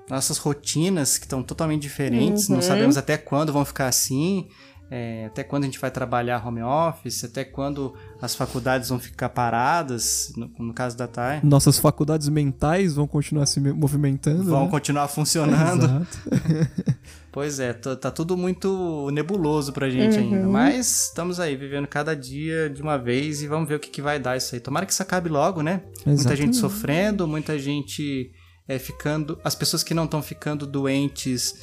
Speaker 1: nossas rotinas que estão totalmente diferentes, não
Speaker 3: Uhum.
Speaker 1: sabemos até quando vão ficar assim, é, até quando a gente vai trabalhar home office, até quando as faculdades vão ficar paradas, no, no caso da Thay,
Speaker 2: Nossas faculdades mentais vão continuar se me-
Speaker 3: Uhum.
Speaker 2: movimentando.
Speaker 1: vão
Speaker 2: né?
Speaker 1: continuar funcionando.
Speaker 2: Exato.
Speaker 1: Pois é, tá tá tudo muito nebuloso pra gente
Speaker 3: Uhum.
Speaker 1: ainda. Mas estamos aí, vivendo cada dia de uma vez e vamos ver o que, que vai dar isso aí. Tomara que isso acabe logo, né? Muita gente
Speaker 2: Exatamente.
Speaker 1: sofrendo, muita gente é, ficando. As pessoas que não estão ficando doentes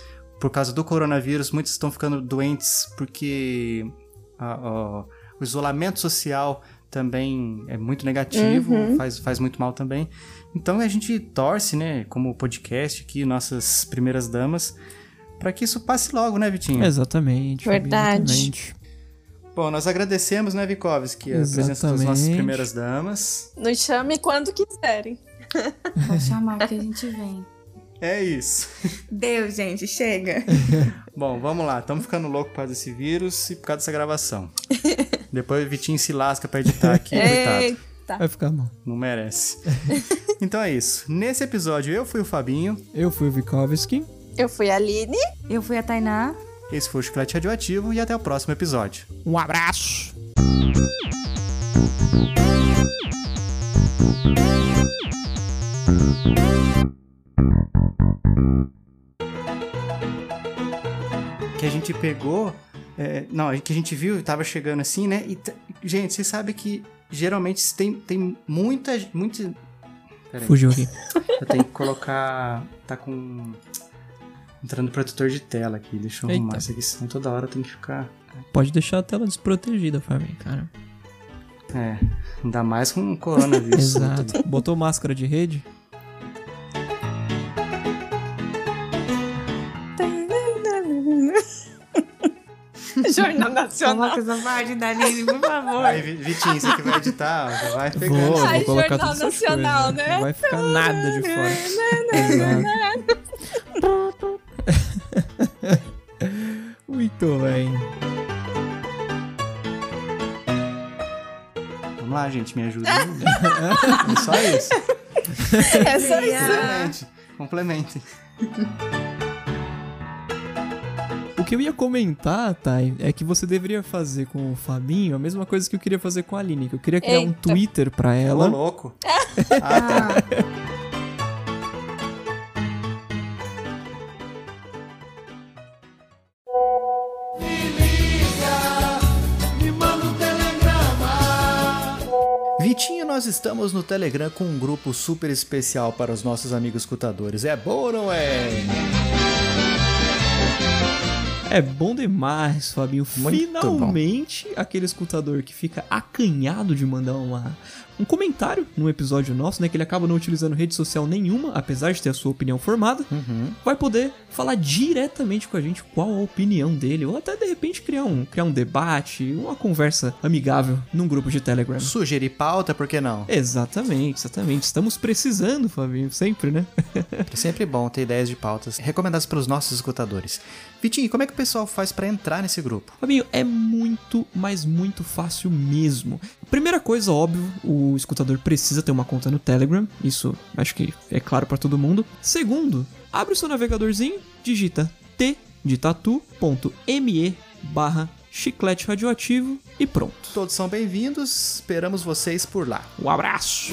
Speaker 1: por causa do coronavírus, muitas estão ficando doentes porque a- a- o isolamento social também é muito negativo,
Speaker 3: Uhum.
Speaker 1: faz, faz muito mal também. Então a gente torce, né, como podcast aqui, nossas primeiras damas, para que isso passe logo, né, Vitinho?
Speaker 2: Exatamente. Fabi,
Speaker 3: Verdade.
Speaker 2: exatamente.
Speaker 1: Bom, nós agradecemos, né, Vikovski, a presença das nossas
Speaker 2: Exatamente.
Speaker 1: primeiras damas.
Speaker 3: Nos chame quando quiserem.
Speaker 6: Vou chamar que a gente vem.
Speaker 1: É isso.
Speaker 6: Deu, gente, chega.
Speaker 1: Bom, vamos lá. Estamos ficando louco por causa desse vírus e por causa dessa gravação. Depois o Vitinho se lasca pra editar aqui,
Speaker 3: É,
Speaker 1: coitado.
Speaker 2: Vai ficar bom.
Speaker 1: Não merece. Então é isso. Nesse episódio eu fui o Fabinho.
Speaker 2: Eu fui o Vikovski.
Speaker 1: Um
Speaker 3: Eu fui a Aline.
Speaker 6: Eu fui a Tainá.
Speaker 1: Esse foi o Chiclete Radioativo e até o próximo episódio.
Speaker 2: Um abraço.
Speaker 1: Que a gente pegou. é, não, que a gente viu e tava chegando assim, né? E t- gente, vocês sabem que geralmente tem, tem muita. muita... Peraí.
Speaker 2: Fugiu aqui.
Speaker 1: Eu tenho que colocar. Tá com. Entrando protetor de tela aqui. Deixa eu
Speaker 2: Eita.
Speaker 1: arrumar isso aqui, senão toda hora tem que ficar.
Speaker 2: Pode deixar a tela desprotegida, Fabinho, cara.
Speaker 1: É, ainda mais com o coronavírus.
Speaker 2: Exato. Botou máscara de rede?
Speaker 3: Jornal Nacional.
Speaker 6: Coloca essa parte da Aline, por favor.
Speaker 1: Aí, Vi- Vitinho, você que vai editar, ó, já vai pegando.
Speaker 2: Vou,
Speaker 1: essa-
Speaker 2: vou
Speaker 3: Ai,
Speaker 2: colocar
Speaker 3: Jornal
Speaker 2: todas essas
Speaker 3: Nacional,
Speaker 2: coisas.
Speaker 3: né?
Speaker 2: Não vai ficar nada de fora. Muito bem.
Speaker 1: Vamos lá, gente, me ajuda. é só isso.
Speaker 3: É só isso.
Speaker 1: Complemente. Complemente.
Speaker 2: O que eu ia comentar, Thay, é que você deveria fazer com o Fabinho a mesma coisa que eu queria fazer com a Aline, que eu queria criar um
Speaker 3: Eita.
Speaker 2: Twitter pra
Speaker 1: Ô,
Speaker 2: ela.
Speaker 1: louco. Ah, tá. Vitinho, nós estamos no Telegram com um grupo super especial para os nossos amigos escutadores. É bom ou não é?
Speaker 2: É bom demais, Fabinho.
Speaker 1: Muito
Speaker 2: Finalmente, aquele escutador que fica acanhado de mandar uma, um comentário num episódio nosso, né? Que ele acaba não utilizando rede social nenhuma, apesar de ter a sua opinião formada, vai poder falar diretamente com a gente qual a opinião dele, ou até de repente criar um, criar um debate, uma conversa amigável num grupo de Telegram.
Speaker 1: Sugerir pauta, por que não?
Speaker 2: Exatamente, exatamente. Estamos precisando, Fabinho, sempre, né?
Speaker 1: É sempre bom ter ideias de pautas recomendadas pelos nossos escutadores. Vitinho, e como é que o pessoal faz pra entrar nesse grupo?
Speaker 2: Fabinho, é muito, mas muito fácil mesmo. Primeira coisa, óbvio, o escutador precisa ter uma conta no Telegram. Isso acho que é claro pra todo mundo. Segundo, abre o seu navegadorzinho, digita t de tatu.me barra chiclete radioativo e pronto.
Speaker 1: Todos são bem-vindos, esperamos vocês por lá.
Speaker 2: Um abraço!